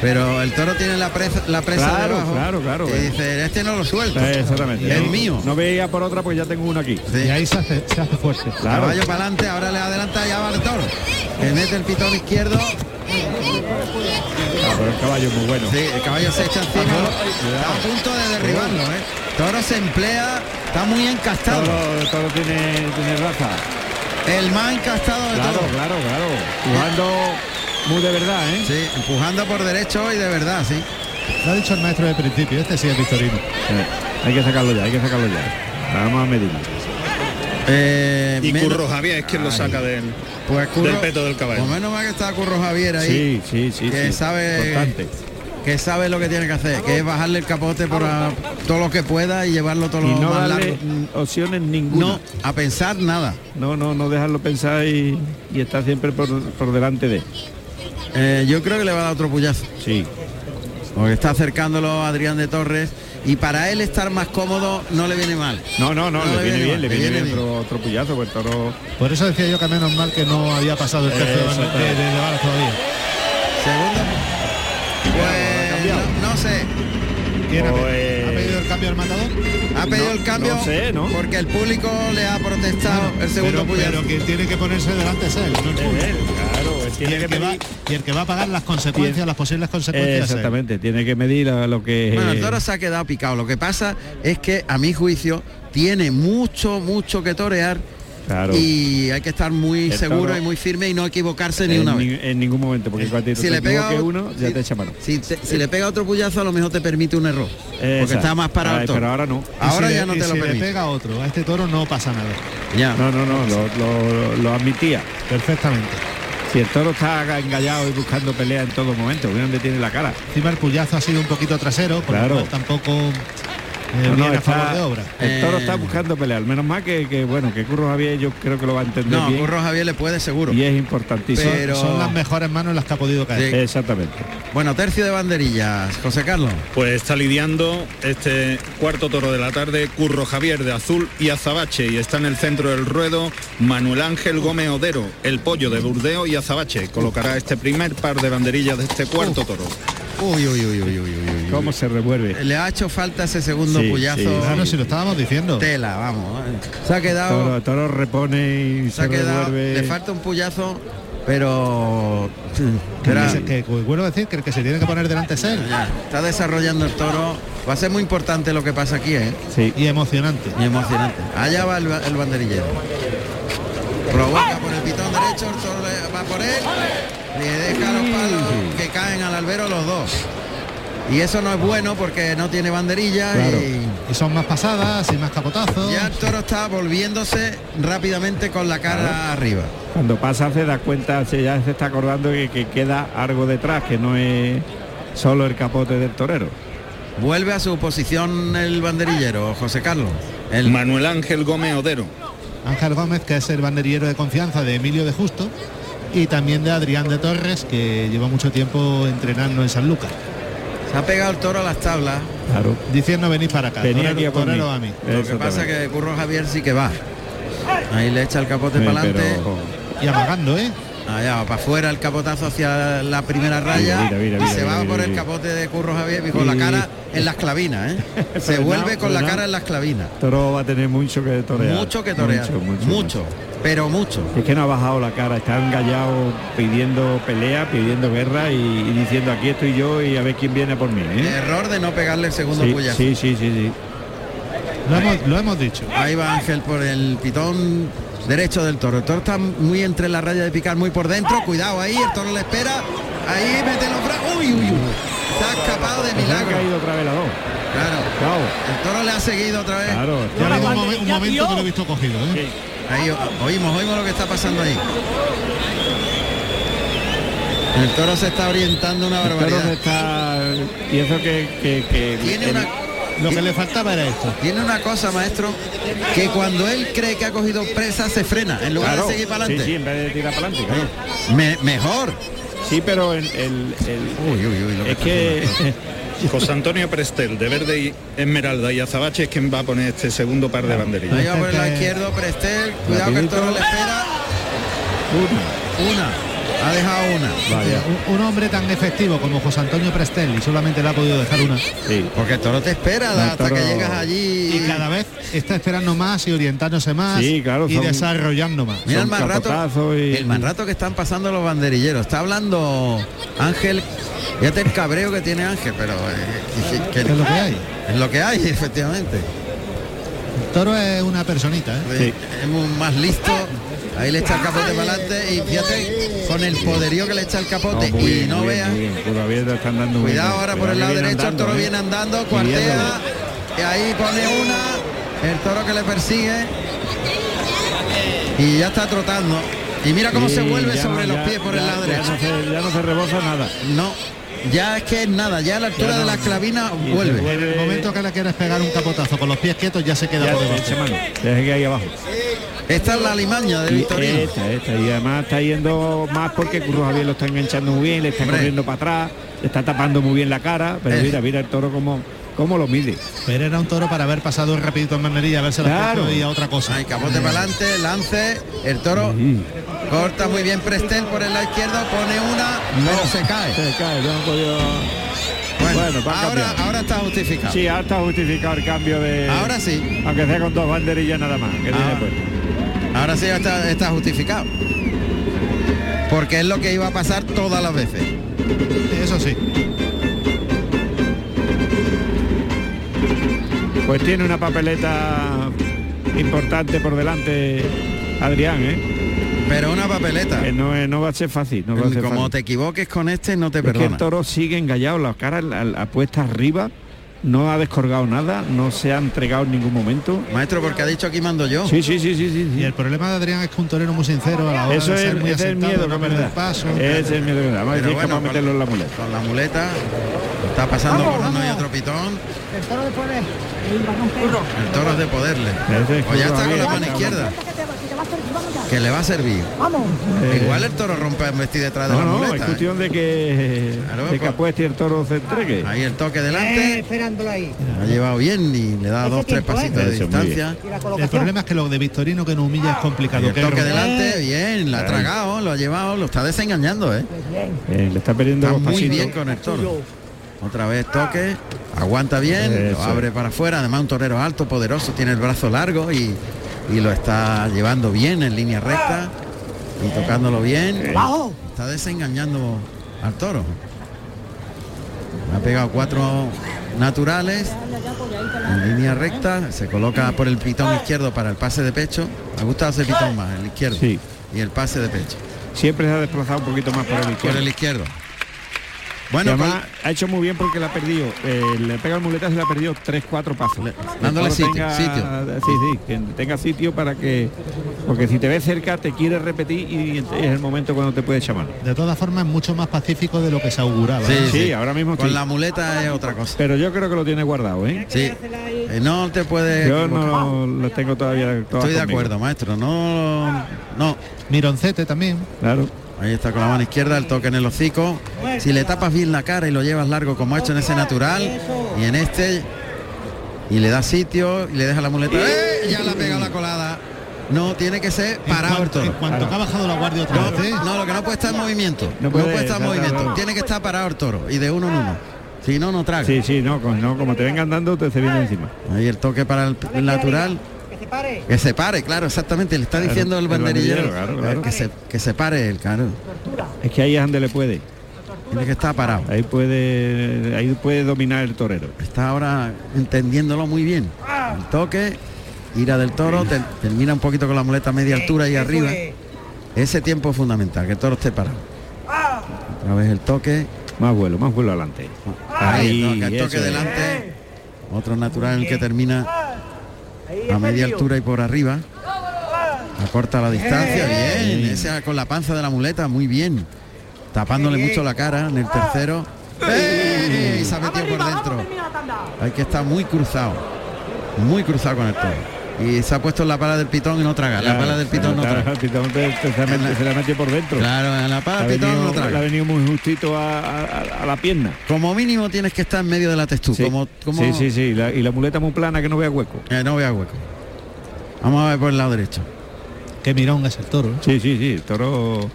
B: pero el toro tiene la presa, la presa
A: Claro,
B: debajo.
A: claro, claro.
B: Y dice, este no lo suelto.
A: Eh, Exactamente.
B: Es
A: No-
B: mío.
A: No veía por otra pues ya tengo uno aquí.
B: Sí.
C: Y ahí se hace, se hace fuerte.
A: Claro.
B: Caballo para adelante, ahora le adelanta y ya va el toro. Le mete el pitón izquierdo.
A: Ah, pero el caballo es muy bueno.
B: Sí, el caballo se echa encima. Está a punto de derribarlo, ¿eh? Toro se emplea, está muy encastado.
A: Todo, todo tiene, tiene raza.
B: El más encastado de
A: Claro,
B: todos.
A: claro, claro. Jugando muy de verdad, ¿eh?
B: Sí, empujando por derecho y de verdad, sí.
C: Lo ha dicho el maestro de principio, este sí es Victorino.
A: Eh, Hay que sacarlo ya, hay que sacarlo ya. Vamos a medirlo.
B: Eh,
D: Y
B: menos-
D: Curro Javier es quien lo saca de él.
B: Pues Curro,
D: del peto del caballo.
B: Por menos mal que está Curro Javier ahí,
A: Sí, sí, sí.
B: que
A: sí.
B: sabe-
A: Importante.
B: que sabe lo que tiene que hacer, que es bajarle el capote por a- todo lo que pueda y llevarlo todo
A: Y
B: lo
A: no
B: más
A: darle
B: largo.
A: mm, opciones ninguna.
B: No, a pensar nada.
A: No, no, no dejarlo pensar y, y estar siempre por, por delante de.
B: Eh, yo creo que le va a dar otro puyazo,
A: Sí.
B: porque está acercándolo Adrián de Torres y para él estar más cómodo no le viene mal.
A: No, no, no, le, viene bien, le viene bien,
B: bien.
A: otro, otro puyazo, pues el toro.
C: Por eso decía yo que menos mal que no había pasado el tercio de, vara- de, de- de vara todavía.
B: Segundo.
A: ha cambiado.
B: Pues, no, no sé,
C: ¿Quién ha, pedido?
A: Pues-
C: ¿Ha pedido el cambio al matador?
B: ha pedido
A: No,
B: el cambio
A: no sé, ¿no?
B: porque el público le ha protestado el segundo
C: pero,
B: puyazo.
C: pero quien tiene que ponerse delante es él, no el público.
A: claro, él
C: Y
A: eh, tiene
C: el, que va, y el que va a pagar las consecuencias, las posibles consecuencias. es él.
A: Exactamente, tiene que medir a lo que.
B: Bueno, el toro se ha quedado picado. Lo que pasa es que, a mi juicio, tiene mucho, mucho que torear.
A: Claro.
B: Y hay que estar
A: El
B: muy seguro
A: toro-
B: y muy firme y no equivocarse ni
A: en,
B: una
A: ni-
B: vez.
A: en ningún momento, porque cuando te equivoques uno, ya
B: si-
A: te echa mano.
B: si te- si le pega otro puyazo, a lo mejor te permite un error. Porque
A: Exacto.
B: está más parado.
A: Ay,
B: el toro.
A: Ah, pero ahora no.
C: Y
B: Ahora
C: si
B: ya
C: le-
B: no
C: y
B: te lo
C: si le
B: permite.
C: pega otro, a este toro no pasa nada.
B: Ya.
A: No, no, no, lo, lo- lo admitía.
C: Perfectamente.
A: Si el toro está engallado y buscando pelea en todo momento, mira dónde tiene la cara.
C: Encima el puyazo ha sido un poquito trasero, por
A: Claro.
C: lo cual tampoco eh,
A: No, no,
C: viene a
A: está-
C: favor de obra.
A: El toro
B: Eh.
A: está buscando pelear. Menos mal que, que, bueno, que Curro Javier yo creo que lo va a entender
B: No,
A: bien.
B: Curro Javier le puede seguro.
A: Y es importantísimo.
B: Pero- eh,
C: Son las mejores manos las que ha podido caer.
B: Sí.
A: Exactamente.
B: Bueno, tercio de banderillas, José Carlos.
D: Pues está lidiando este cuarto toro de la tarde, Curro Javier de Azul y Azabache. Y está en el centro del ruedo Manuel Ángel Gómez Odero, el pollo de Burdeo y Azabache. Colocará este primer par de banderillas de este cuarto toro.
B: Uy, uy, uy, uy, uy, uy, uy. Ah,
A: ¿Cómo se revuelve?
B: Le ha hecho falta ese segundo
A: Sí,
B: puyazo.
A: sí,
C: Claro, si lo estábamos diciendo.
B: Tela, vamos. Se ha
A: El
B: quedado.
A: toro, el toro repone y
B: Se
A: se,
B: ha quedado-
A: revuelve.
B: le falta un puyazo, pero mm,
C: Que
B: Verá,
C: se- que, vuelvo a decir que el que se tiene que poner delante es él.
B: ya, está desarrollando el toro. Va a ser muy importante lo que pasa aquí, ¿eh?
A: Sí.
C: Y emocionante.
B: Y emocionante. Allá va el, ba- el banderillero. Provoca por el pitón derecho, el toro le- va por él. Le deja los palos que caen al albero los dos. Y eso no es bueno porque no tiene banderilla
C: Claro.
B: y
C: Y son más pasadas y más capotazos.
B: ya el toro está volviéndose rápidamente con la cara arriba.
A: Cuando pasa se da cuenta, se ya se está acordando que, que queda algo detrás, que no es solo el capote del torero.
B: Vuelve a su posición el banderillero, José Carlos. El
D: Manuel Ángel Gómez Odero.
C: Ángel Gómez, que es el banderillero de confianza de Emilio de Justo. Y también de Adrián de Torres, que lleva mucho tiempo entrenando en San Lucas.
B: se ha pegado el toro a las tablas.
A: Claro.
C: Diciendo venís para acá,
A: Venía aquí
C: torero,
A: a por
C: torero a mí.
B: Lo que
A: Eso
B: pasa
A: también.
B: que Curro Javier sí que va. Ahí le echa el capote
A: Eh,
B: para adelante.
A: pero-
C: Y amagando, ¿eh?
B: Allá, para afuera el capotazo hacia la primera raya.
A: mira, mira,
B: y
A: mira,
B: se va
A: mira,
B: por el
A: mira.
B: capote de Curro Javier y con la cara en las
A: <laughs>
B: clavinas, ¿eh? Se
A: Frenado,
B: vuelve con la
A: frenado.
B: cara en las clavinas.
A: Toro va a tener mucho que torear.
B: Mucho que torear.
A: Mucho, mucho,
B: mucho, pero mucho.
A: Es que no ha bajado la cara, está engallado pidiendo pelea, pidiendo guerra y, y diciendo aquí estoy yo y a ver quién viene por mí. ¿eh?
B: Error de no pegarle el segundo
A: Sí,
B: puyazo.
A: sí, sí, sí, sí.
C: Lo hemos, lo hemos dicho.
B: Ahí va Ángel por el pitón derecho del toro. El toro está muy entre la raya de picar, muy por dentro. Cuidado ahí, el toro le espera. Ahí mete los brazos. Uy, uy, uy. Se ha escapado de
A: Pues se ha
B: milagro.
A: caído otra vez la dos.
B: Claro.
A: Claro,
B: El toro le ha seguido otra vez.
A: claro. este
C: Ya ha habido un,
E: la
C: momen- un
E: banderilla,
C: momento
E: tío.
C: que lo he visto cogido, ¿eh?
B: Ahí o- oímos, oímos lo que está pasando ahí. El toro se está orientando una
A: El toro se
B: barbaridad.
A: está. Y eso que. que, que-
B: Tiene
A: el-
B: una,
C: Lo que le faltaba era esto.
B: tiene una cosa, maestro, que cuando él cree que ha cogido presa se frena, en lugar
A: Claro,
B: de seguir para
A: sí, sí,
B: adelante.
A: en vez de tirar para adelante. claro.
B: Me- mejor.
A: Sí, pero el, el- el-
B: Uy, uy, uy, lo que
A: es
B: está
A: que <laughs>
D: José Antonio Prestel, de Verde y Esmeralda y Azabache es quien va a poner este segundo par de banderillas.
B: Ahí va por el lado
C: Este-
B: izquierdo, Prestel, cuidado que el toro le espera. Una. Ha dejado una.
C: Un, un hombre tan efectivo como José Antonio Prestel y solamente le ha podido dejar una.
A: sí,
B: Porque el toro te espera
A: El
B: hasta que
A: toro-
B: llegas allí.
C: Y cada vez está esperando más y orientándose más
A: Sí, claro,
C: y
A: son-
C: desarrollando más.
B: Mira el
A: son
B: mal rato.
A: capotazos y-
B: El mal rato que están pasando los banderilleros. Está hablando Ángel. Fíjate el cabreo que tiene Ángel, pero eh, que- que-
C: Es lo que hay.
B: es lo que hay, <laughs> efectivamente.
C: El toro es una personita, ¿eh?
A: Sí.
B: Es un más listo. Ahí le echa el capote para adelante y fíjate con el poderío que le echa el capote
A: muy
B: y
A: bien,
B: no
A: muy bien,
B: veas.
A: muy bien. Curva abierta, están dando muy
B: Cuidado
A: bien.
B: ahora por
A: Cuidado
B: el lado
A: que viene
B: derecho, el toro
A: andando, ¿eh?
B: viene andando,
A: Pidiéndole.
B: cuartea, y ahí pone una, el toro que le persigue y ya está trotando. Y mira cómo se
A: Sí,
B: vuelve
A: ya
B: sobre
A: no,
B: los
A: ya-
B: pies por el
A: ya-
B: lado
A: ya
B: derecho.
A: no se- ya no se rebosa nada.
B: No, ya es que es nada, ya a la altura
A: Ya
B: de
A: no.
B: la clavina
A: Y se
B: vuelve.
C: En el momento que le quieres pegar un capotazo con los pies quietos ya se queda
A: Ya
C: por
A: te
C: debajo.
A: echa mano. Deja que ahí abajo.
B: Esta es la limaña de
A: Y eh,
B: Victorino.
A: esta, esta. Y además está yendo más porque Curro Javier lo está enganchando muy bien, le está
B: Hombre.
A: corriendo para atrás, le está tapando muy bien la cara. Pero
B: Eh.
A: mira, mira el toro como, como lo mide.
C: Pero era un toro para haber pasado rapidito en banderilla, haberse la
A: Claro.
C: puesto y a otra cosa.
B: Ahí, capote para adelante, lance, el toro corta muy bien Prestel por el lado izquierdo, pone una, pero se cae.
A: Se cae, no han podido-
B: Bueno,
A: Bueno, va a
B: ahora,
A: cambiar.
B: ahora está justificado.
A: Sí, ahora está justificado el cambio de.
B: Ah. Ahora sí.
A: Aunque sea con dos banderillas nada más. que tiene
B: Ah.
A: puesto.
B: Ahora sí está, está justificado. Porque es lo que iba a pasar todas las veces.
C: Eso sí.
A: Pues tiene una papeleta importante por delante Adrián, ¿eh?
B: Pero una papeleta.
A: Que no, es- no va a ser fácil. Eh, No va a ser
B: Como
A: fácil.
B: Mm, te equivoques con este, no te
A: Es que el
B: perdona.
A: toro sigue engallado, la cara la, la puesta arriba, no ha descolgado nada, no se ha entregado en ningún momento.
B: Maestro, porque ha dicho aquí mando yo.
A: Sí, sí, sí, sí, sí. sí.
C: Y el problema de Adrián es que un torero muy sincero a la hora
A: Eso
C: de
A: es,
C: ser muy
A: ese es el
C: acertado,
A: miedo que
C: no
A: me
C: perder
A: da.
C: paso.
A: Ese es el miedo que me da. Vamos a
B: Pero
A: decir que
B: bueno,
A: vamos a meterlo en la muleta.
B: Con la muleta. Está pasando
E: Vamos,
B: por uno y
E: vamos.
B: otro pitón.
E: El toro de poder. El bajón perro.
B: El toro es de poderle.
A: Ese es
B: O ya está con
A: Javier,
B: la mano
A: vamos.
B: izquierda.
E: Que te va- que te va a hacer- vamos ya.
B: Que le va a servir.
E: Vamos.
A: Eh,
B: Igual el toro rompe el vestido detrás de
A: No,
B: la
A: no, es
B: muleta. ¿eh?
A: cuestión de que,
B: Claro,
A: de que
B: pues.
A: apueste y el toro se entregue.
B: Ahí el toque
E: Eh,
B: delante.
E: esperándolo ahí.
B: Ha llevado bien y le da
E: Ese
B: dos, tres
E: tiempo, ¿eh?
B: pasitos de
A: Eso, muy bien.
B: distancia.
E: Y la
C: El
E: colocación.
C: problema es que lo de Victorino que nos humilla es
B: Y
C: complicado.
B: el
C: que
B: toque
C: rompe-
B: delante, bien, la ha tragado, lo ha llevado, lo está desengañando, ¿eh?
A: Eh, le está perdiendo
B: Está
A: los
B: muy
A: pasitos.
B: bien con el toro. Otra vez toque, aguanta bien, lo
A: Eso.
B: abre para afuera, además un torero alto, poderoso, tiene el brazo largo y, y lo está llevando bien en línea recta y tocándolo bien.
E: Bajo.
B: Está desengañando al toro. Ha pegado cuatro naturales en línea recta. Se coloca por el pitón izquierdo para el pase de pecho. Me ha gustado ese pitón más, el izquierdo.
A: Sí.
B: Y el pase de pecho.
A: Siempre se ha desplazado un poquito más por el
B: Por
A: izquierdo.
B: el izquierdo.
A: Y
B: Bueno,
A: además ha hecho muy bien porque la ha perdido. eh, le pega el muletazo y la ha perdido 3-4 pasos. Que el
B: dándole
A: toro
B: sitio,
A: tenga-
B: sitio.
A: Sí, sí, que tenga sitio para que. Porque si te ves cerca te quiere repetir y es el momento cuando te puede llamar.
C: De todas formas, es mucho más pacífico de lo que se auguraba.
B: con-
C: ¿eh?
A: sí, ahora mismo
B: con
A: sí.
B: la muleta es otra cosa.
A: Pero yo creo que lo tiene guardado, ¿eh?
B: Sí. Eh, No te puedes.
A: Yo
B: equivocar.
A: no lo tengo todavía. todas
B: Estoy de
A: conmigo.
B: acuerdo, maestro. No, no.
C: Mironcete también.
A: Claro.
B: Ahí está con la mano izquierda, el toque en el hocico. Si le tapas bien la cara y lo llevas largo como ha hecho en ese natural y en este y le da sitio y le deja la muleta. ¡Eh! Ya la pega la colada. No tiene que ser
C: En
B: parado el
C: cuanto, en
B: toro.
C: cuanto que ha bajado la guardia otra vez, ¿eh?
B: No, no, lo que no puede estar en movimiento. No
A: No
B: puede,
A: puede,
B: estar en
A: no, no,
B: movimiento.
A: no.
B: Tiene que estar parado el toro y de uno en uno. Si no, no traga.
A: Sí, sí, no, con- no, como te vengan dando, te se viene encima.
B: Ahí el toque para el, el natural.
E: Que se pare.
B: Que se pare, claro, exactamente. Le está
A: Claro,
B: diciendo el
A: el
B: banderillero. eh,
A: banderillero, claro, claro.
B: Que, se, que se pare el claro.
A: Es que ahí es donde le puede.
B: Tiene que estar parado.
A: Ahí puede, ahí puede dominar el torero.
B: está ahora entendiéndolo muy bien. El toque, ira del toro, te- termina un poquito con la muleta a media altura y arriba. Ese tiempo es fundamental, que el toro esté parado. Otra vez el toque.
A: Más vuelo, más vuelo adelante.
B: Ahí, no, que el
A: eso
B: toque
A: es.
B: delante. Otro natural en el que termina a media altura y por arriba. Acorta la distancia, bien. Ese con la panza de la muleta, muy bien. Tapándole mucho la cara en el tercero. ¡Eh! Y se ha metido por dentro. Hay que estar muy cruzado. Muy cruzado con el toro. Y se ha puesto en la pala del pitón y no traga. La
A: Claro,
B: pala del pitón no
A: claro,
B: traga.
A: el pitón te- te se, ha metido- se la metió por dentro.
B: Claro, en la
A: Le
B: pala
A: ha
B: del pitón
A: venido,
B: no
A: le ha
B: traga.
A: venido muy justito a, a- a la pierna.
B: Como mínimo tienes que estar en medio de la textura.
A: Sí,
B: Como, como-
A: sí, sí, sí, la- y la muleta muy plana que no vea hueco.
B: Eh, no vea hueco. Vamos a ver por el lado derecho.
C: Qué mirón es el toro. ¿eh?
A: Sí, sí, sí, el toro...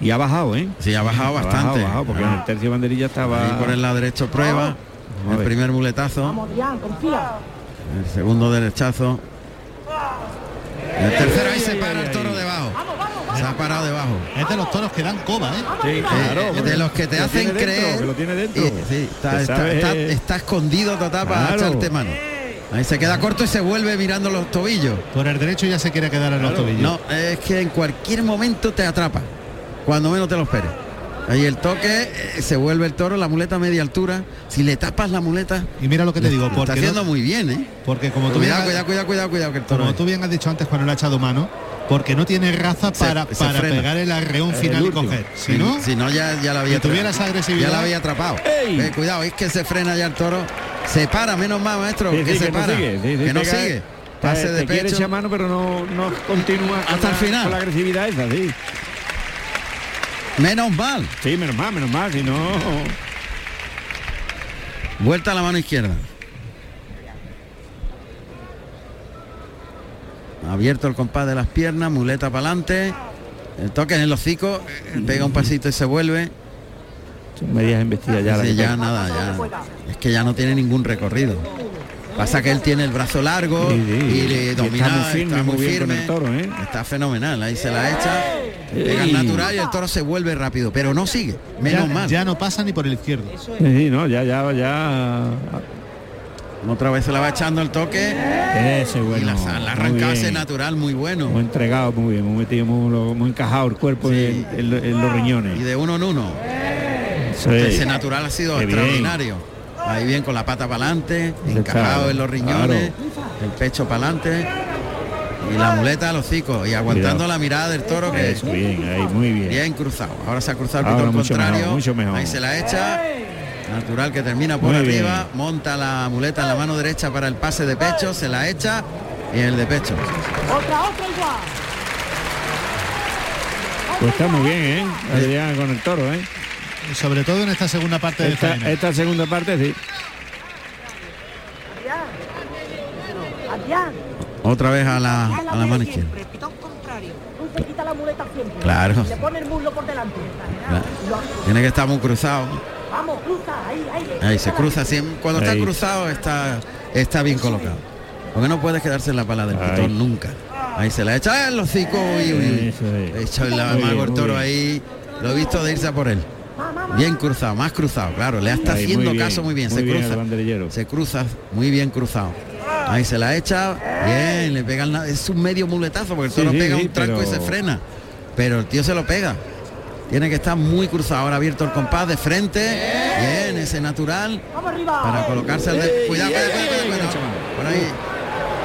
A: Y ha bajado, ¿eh?
B: Sí, ha bajado bastante.
A: Ha
B: Ah.
A: bajado, porque en el tercio banderilla estaba...
B: Ahí por el lado derecho prueba.
A: Vamos a
B: El
A: ver.
B: primer muletazo.
E: Vamos, Adrián, confía.
B: El segundo derechazo. El tercero ahí se para el toro debajo. Se ha parado debajo.
C: Es de los toros que dan coba, ¿eh?
A: Sí, claro,
B: Eh,
A: porque
B: de los que te
A: lo
B: hacen
A: tiene dentro,
B: creer.
A: que lo tiene dentro.
B: Eh, sí, está,
A: Que
B: está-
A: sabe-
B: está- está escondido total para
A: Claro.
B: echarte mano. Ahí se queda corto y se vuelve mirando los tobillos.
C: Por el derecho ya se quiere quedar en los tobillos.
B: No, es que en cualquier momento te atrapa, cuando menos te lo esperes. Ahí el toque, eh, se vuelve el toro, la muleta a media altura. Si le tapas la muleta,
C: Y mira lo que te digo,
B: está
C: porque,
B: haciendo
C: no-
B: muy bien, ¿eh?
C: porque como tú, bien,
B: Cuidado,
C: has-
B: cuidado, cuidado, cuidado, cuidado, que el toro.
C: como
B: es.
C: tú bien has dicho antes cuando le ha echado mano, porque no tiene raza
B: Se-
C: para,
B: se
C: para
B: frena.
C: pegar el arreón final y
A: último.
C: coger. Si no,
B: si no ya, ya la había
C: que tuviera esa agresividad.
B: ya la había atrapado.
A: ¡Ey!
B: Eh, cuidado, es que se frena ya el toro. Se para, menos mal, maestro,
A: Sí, sí,
B: que se
A: que no
B: para.
A: sigue, sí, sí,
B: que no
A: pega-
B: sigue. Pase
A: te-
B: de
A: te quiere
B: pecho.
A: echar mano, pero no, no continúa con
B: Hasta el
A: la-
B: final.
A: Con la agresividad esa, sí.
B: Menos mal.
A: Sí, menos mal, menos mal, si no...
B: Vuelta a la mano izquierda. Abierto el compás de las piernas, muleta para adelante. El toque en el hocico, eh, pega un pasito y se vuelve.
A: Son medias embestidas ya. la "Ah,
B: Dice,
A: que
B: ya
A: tengo.
B: nada, ya. Es que ya no tiene ningún recorrido. Pasa que él tiene el brazo largo
A: Sí, sí.
B: y le
A: Y
B: domina,
A: está muy firme,
B: está
A: muy bien con
B: firme.
A: el toro, ¿eh?
B: Está fenomenal, ahí se la echa. Pega el
A: Ey.
B: natural y el toro se vuelve rápido, pero no sigue, menos
C: ya,
B: mal.
C: ya no pasa ni por el izquierdo.
A: Sí, sí, no, ya, ya, ya...
B: Otra vez se la va echando el toque.
A: Ese,
B: Y
A: bueno.
B: la, la
A: muy
B: arrancada
A: bien.
B: ese natural muy bueno.
A: Muy entregado, muy bien, muy metido, muy, lo- muy encajado el cuerpo
B: Sí.
A: en, en lo- en los
B: Y
A: riñones.
B: de uno en uno.
A: Eso es.
B: Ese natural ha sido
A: Qué bien.
B: extraordinario. Ahí bien con la pata para adelante,
A: Ese
B: encajado
A: está,
B: en los riñones, el pecho para adelante y la muleta a los hocicos y aguantando
A: Cuidado.
B: la mirada del toro que
A: Eso, bien, ahí, muy bien.
B: bien cruzado. Ahora se ha cruzado el
A: Ahora
B: pitón
A: mucho
B: contrario.
A: mejor, mucho mejor.
B: Ahí se la echa. Natural que termina por
A: Muy
B: arriba, monta la muleta en la mano derecha para el pase de pecho, se la echa y el de pecho.
E: Otra, otra igual.
A: Pues está muy bien, ¿eh? Adrián con el toro, ¿eh?
C: Sobre todo en esta segunda parte de
A: Esta,
C: faena.
A: esta segunda parte, sí.
E: Adrián. Adrián.
B: Otra vez a la,
E: haz la
B: Ah, a la mano
E: mano
B: izquierda.
E: siempre, pitón contrario. Tú te quitas la muleta siempre.
B: Claro.
E: Y Le pone el muslo por delante.
B: Claro.
E: Lo-
B: Tiene que estar muy cruzado.
E: Vamos, cruza, ahí, ahí.
B: Ahí se cruza siempre. Cuando está
A: Ahí.
B: cruzado está, está bien colocado. Porque no puedes quedarse en la pala del
A: Ahí.
B: pitón nunca. Ahí se la echa el hocico y
A: Eso es.
B: hecho el
A: Muy bien,
B: amago el
A: muy
B: toro
A: bien.
B: ahí. Lo he visto de irse a por él.
E: Mamá,
B: Bien cruzado, más cruzado, claro. Le está
A: Ahí, muy
B: haciendo
A: bien,
B: caso muy bien.
A: muy
B: se
A: bien
B: cruza.
A: al banderillero.
B: Se cruza, muy bien cruzado. Ahí se la echa. Bien, le pega el na- Es un medio muletazo porque el
A: Sí,
B: toro
A: sí,
B: pega
A: sí,
B: un tranco y
A: pero-
B: se frena. Pero el tío se lo pega. Tiene que estar muy cruzado. Ahora abierto el compás de frente. Bien, ese natural.
E: Vamos arriba.
B: Para colocarse al de...
A: ey,
B: Cuidado,
A: ey,
B: cuidado, cuidado,
A: ey,
B: cuidado.
A: chaval.
B: Por ahí.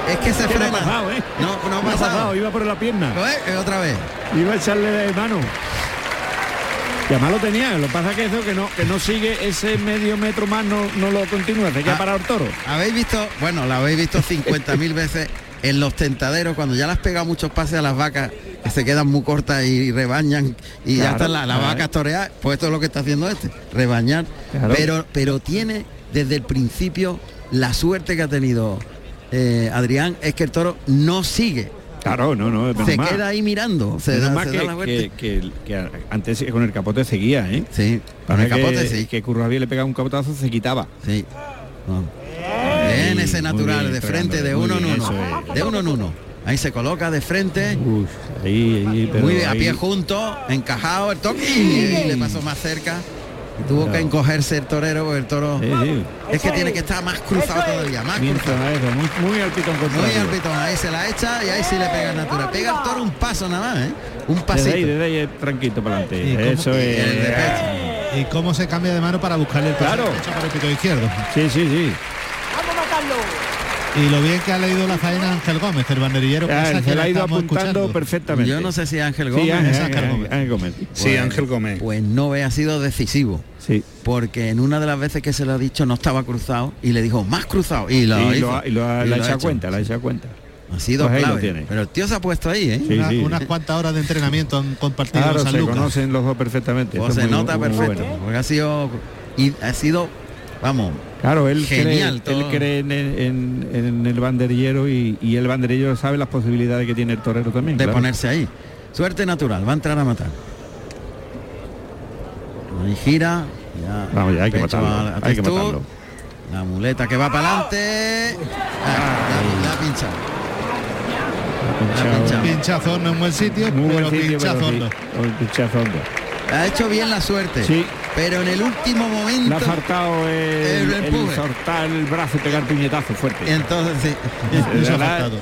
B: Es que se
A: Que no ha
B: frena.
A: pasado, ¿eh?
B: No, no ha
A: No ha
B: pasado.
A: pasado, iba por la pierna.
B: Lo ve, eh, Otra vez.
A: Iba a echarle de mano. Que además lo tenía, lo que pasa que eso que no, que no sigue ese medio metro más, no, no lo continúa, se queda
B: Ah.
A: parado el toro.
B: Habéis visto, bueno, la habéis visto 50.000 veces en los tentaderos, cuando ya las pega muchos pases a las vacas, que se quedan muy cortas y rebañan y ya
A: Claro,
B: están las la
A: claro.
B: vacas toreadas, pues esto es lo que está haciendo este, rebañar.
A: Claro.
B: Pero, pero tiene desde el principio la suerte que ha tenido eh, Adrián, es que el toro no sigue,
A: Claro, no, no, menos
B: se
A: más.
B: queda ahí mirando, se
A: Menos
B: da,
A: más
B: se
A: que,
B: da la vuelta.
A: que- que- que antes con el capote seguía, ¿eh?
B: sí, con el
A: Ahora que,
B: capote sí.
A: Que Currabiel le pegaba un capotazo, se quitaba.
B: Sí. No. Bien
A: Ahí,
B: ese
A: muy
B: natural,
A: bien,
B: de frente, de
A: muy
B: uno en
A: bien,
B: uno.
A: eso
B: De uno en uno. Ahí se coloca de frente.
A: Uf, ahí, ahí, pero
B: Muy bien, a
A: ahí-
B: pie junto, encajado el toque. Y le pasó más cerca. Y Tuvo
A: Pero-
B: que encogerse el torero porque el toro.
A: Sí, sí.
B: Es que tiene que estar más cruzado todavía, más cruzado.
A: Mientras eso, muy, muy al pitón contrario.
B: Muy al pitón, ahí se la echa y ahí sí le pega el natural. Pega el toro un paso nada más, ¿eh? Un
A: Desde ahí,
B: pasito.
A: desde ahí, eh, tranquilo para
C: ¿Y cómo-
A: adelante. Eso
B: Y el de
A: es.
B: pecho.
C: ¿Y cómo se cambia de mano para buscarle el pase
A: Claro.
C: de pecho para el pitón izquierdo?
A: Sí, sí, sí.
E: Vamos a matarlo.
C: Y lo bien que ha leído la faena Ángel Gómez, el banderillero.
A: Ah,
C: pasa que
A: se
C: la
A: la ha ido
C: estamos
A: apuntando
C: escuchando.
A: perfectamente.
B: Yo no sé si Ángel
A: Sí, ah,
B: Gómez.
A: Ángel,
C: es Ángel
A: Ángel,
C: Gómez.
A: Ángel Gómez.
D: Sí, Ángel Gómez.
B: Pues no ha sido decisivo.
A: Sí.
B: porque en una de las veces que se lo ha dicho no estaba cruzado y le dijo más cruzado y lo,
A: y
B: hizo.
A: lo, ha- y lo ha,
B: Y
A: la
B: lo
A: ha
B: ha
A: echado
B: hecho.
A: cuenta, la ha echado cuenta.
B: ha sido
A: Pues ahí lo
B: clave
A: tiene.
B: pero el tío se ha puesto ahí ¿eh?
A: Sí,
C: Una-
A: sí.
C: Unas cuantas horas de entrenamiento han compartido
A: Claro,
C: en San
A: se
C: Lucas.
A: conocen los dos perfectamente.
B: Pues
A: Esto
B: se
A: es muy-
B: nota
A: muy
B: perfecto
A: bueno.
B: porque ha sido y ha sido vamos
A: Claro, él
B: Genial,
A: cree, él
B: todo.
A: cree en, en- en el banderillero y, y el banderillero sabe las posibilidades que tiene el torero también.
B: de
A: claro.
B: ponerse ahí suerte natural va a entrar a matar ahí gira ya,
A: Vamos ya, hay que
B: pecho
A: matarlo,
B: a- a
A: hay que
B: Testud.
A: matarlo.
B: la muleta que va para adelante
A: Ah.
B: la pincha
A: Pinchado.
B: pinchado.
C: Pinchazo no en buen sitio,
A: Muy
C: pero
A: buen sitio,
C: pinchazo
A: pero sí,
C: no.
A: un pinchazo hondo.
B: ha hecho bien la suerte
A: Sí.
B: pero en el último
A: Le ha
B: momento
A: faltado el,
B: El
A: el
B: empuje.
A: soltar el brazo y pegar puñetazo fuerte.
B: Eh, Entonces, sí.
C: Incluso
A: Le
C: ha
A: ha-
C: faltado.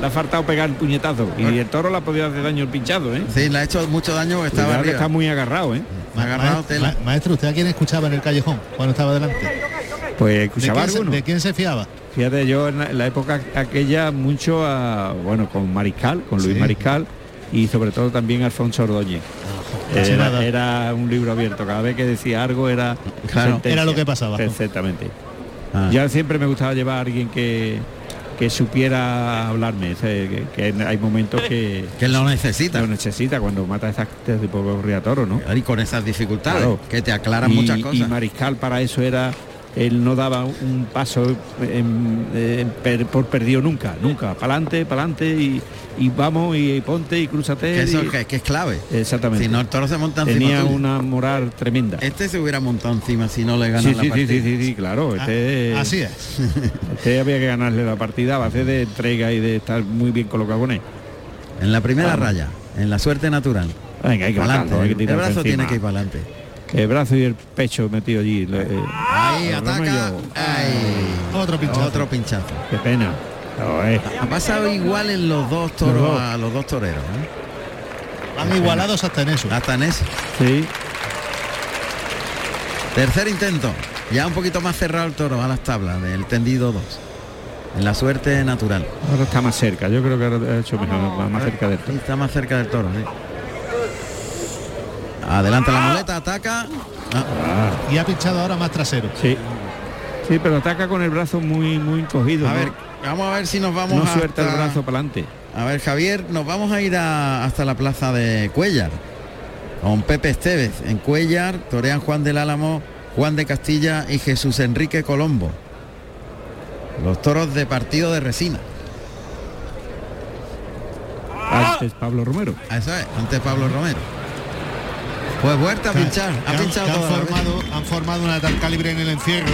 A: Le ha faltado pegar el puñetazo.
B: Ah.
A: Y el toro la podía hacer daño el pinchado, ¿eh?
B: Sí, le ha hecho mucho daño porque estaba
A: Cuidado que
B: arriba.
A: está muy agarrado, ¿eh?
B: Me ha agarrado
C: Maest-
B: tela.
C: ma- Maestro, ¿usted a quién escuchaba en el callejón cuando estaba delante?
A: Pues
C: ¿De
A: escuchaba
C: quién, se,
A: alguno.
C: de quién se fiaba?
A: Fíjate, yo en la, en la época aquella mucho a, bueno, con Mariscal, con Luis
C: Sí.
A: Mariscal y sobre todo también Alfonso Ordóñez.
C: casi
A: Era,
C: nada.
A: era un libro abierto, cada vez que decía algo era
B: Claro.
A: sentencia.
C: Era lo que pasaba.
A: Exactamente.
B: Ah.
A: Ya siempre me gustaba llevar a alguien que, que supiera hablarme, o sea, que, que hay momentos que
B: Que lo necesita.
A: lo necesita cuando mata esas de tipo toro, ¿no?
B: Y con esas dificultades,
A: Claro.
B: que te aclaran
A: y,
B: muchas
A: y
B: cosas.
A: Mariscal para eso era, él no daba un paso en- en per- por perdido nunca, nunca. Para adelante, para adelante y, y vamos y, ponte y crúzate.
B: que eso
A: y-
B: que, que es clave.
A: Exactamente.
B: Si no, el toro se monta encima
A: Tenía
B: tuyo.
A: una moral tremenda.
B: Este se hubiera montado encima si no le ganan
A: Sí, sí,
B: la
A: sí,
B: partida.
A: sí, sí, sí, claro.
C: Ah,
A: Este,
C: Así es.
A: <laughs> este había que ganarle la partida a base de entrega y de estar muy bien colocado con él.
B: En la primera raya, en la suerte natural.
A: Venga, hay que
B: Pa'lante, ¿eh?
A: matarlo, hay que
B: el
A: tirarse
B: brazo tiene
A: encima.
B: que ir para adelante.
A: El brazo y el pecho metido allí. lo- eh,
B: Ahí
A: lo
B: ataca.
A: Romeo.
B: Ahí.
C: Oh. Otro pinchazo.
B: Otro pinchazo.
A: Qué pena. No, eh.
B: Ha pasado igual en los dos toros
A: Los dos.
B: a los dos toreros. ¿eh?
A: eh,
C: Han igualados hasta en eso.
A: ah.
B: Hasta en eso.
A: Sí.
B: Tercer intento. Ya un poquito más cerrado el toro a las tablas del tendido 2. En la suerte natural.
A: Ahora está más cerca, yo creo que ahora ha hecho mejor, más, más cerca del
B: Sí,
A: toro.
B: está más cerca del toro. sí. Adelanta la muleta, ataca. Ah,
C: Y ha pinchado ahora más trasero.
A: Sí. Sí, pero ataca con el brazo muy muy encogido.
B: a
A: ¿no?
B: ver, vamos a ver si nos vamos
A: no
B: hasta-
A: suelta el brazo para adelante.
B: A ver, Javier, nos vamos a ir a- hasta la plaza de Cuellar. Con Pepe Esteves en Cuellar, torean Juan del Álamo, Juan de Castilla y Jesús Enrique Colombo. Los toros de partido de resina.
A: Antes este Pablo Romero.
B: Ah, Eso es, antes Pablo Romero. Pues vuelta a
C: Que-
B: pinchar,
C: que
B: ha
C: han-
B: pinchado
C: que han,
B: toda la
C: formado, han formado una de tal calibre en el encierro.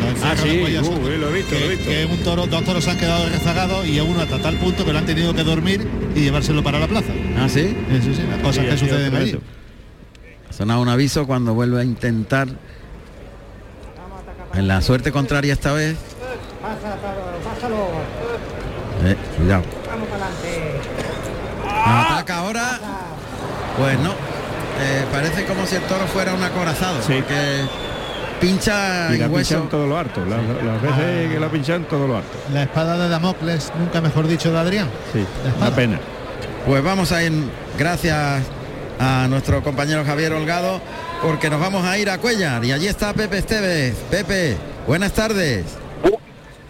C: Los
A: Ah,
C: encierros
A: sí,
C: de Guayas
A: uh,
C: pues son-
A: eh, lo he visto,
C: que,
A: lo he visto.
C: que un toro, dos toros se han quedado rezagados y a uno hasta tal punto que lo han tenido que dormir y llevárselo para la plaza.
B: vez. Ah, sí.
C: Eso sí, las cosas que
A: Sí,
C: suceden
A: ha
C: allí.
A: sido tremendo.
B: Sonaba un aviso cuando vuelve a intentar. En la suerte contraria esta vez. Eh, cuidado. Ataca ahora. Pues no. Eh, parece como si el toro fuera un acorazado.
A: Sí.
B: Porque pincha
A: Y la pinchan
B: en Ah, hueso. Ah.
A: en todo lo harto. Las, las veces que la pinchan en todo lo harto.
C: La espada de Damocles, nunca mejor dicho, de Adrián.
A: Sí,
C: La espada.
A: una pena.
B: Pues vamos a ir, gracias a nuestro compañero Javier Holgado, porque nos vamos a ir a Cuellar. Y allí está Pepe Esteves. Pepe, buenas tardes.
G: Bu-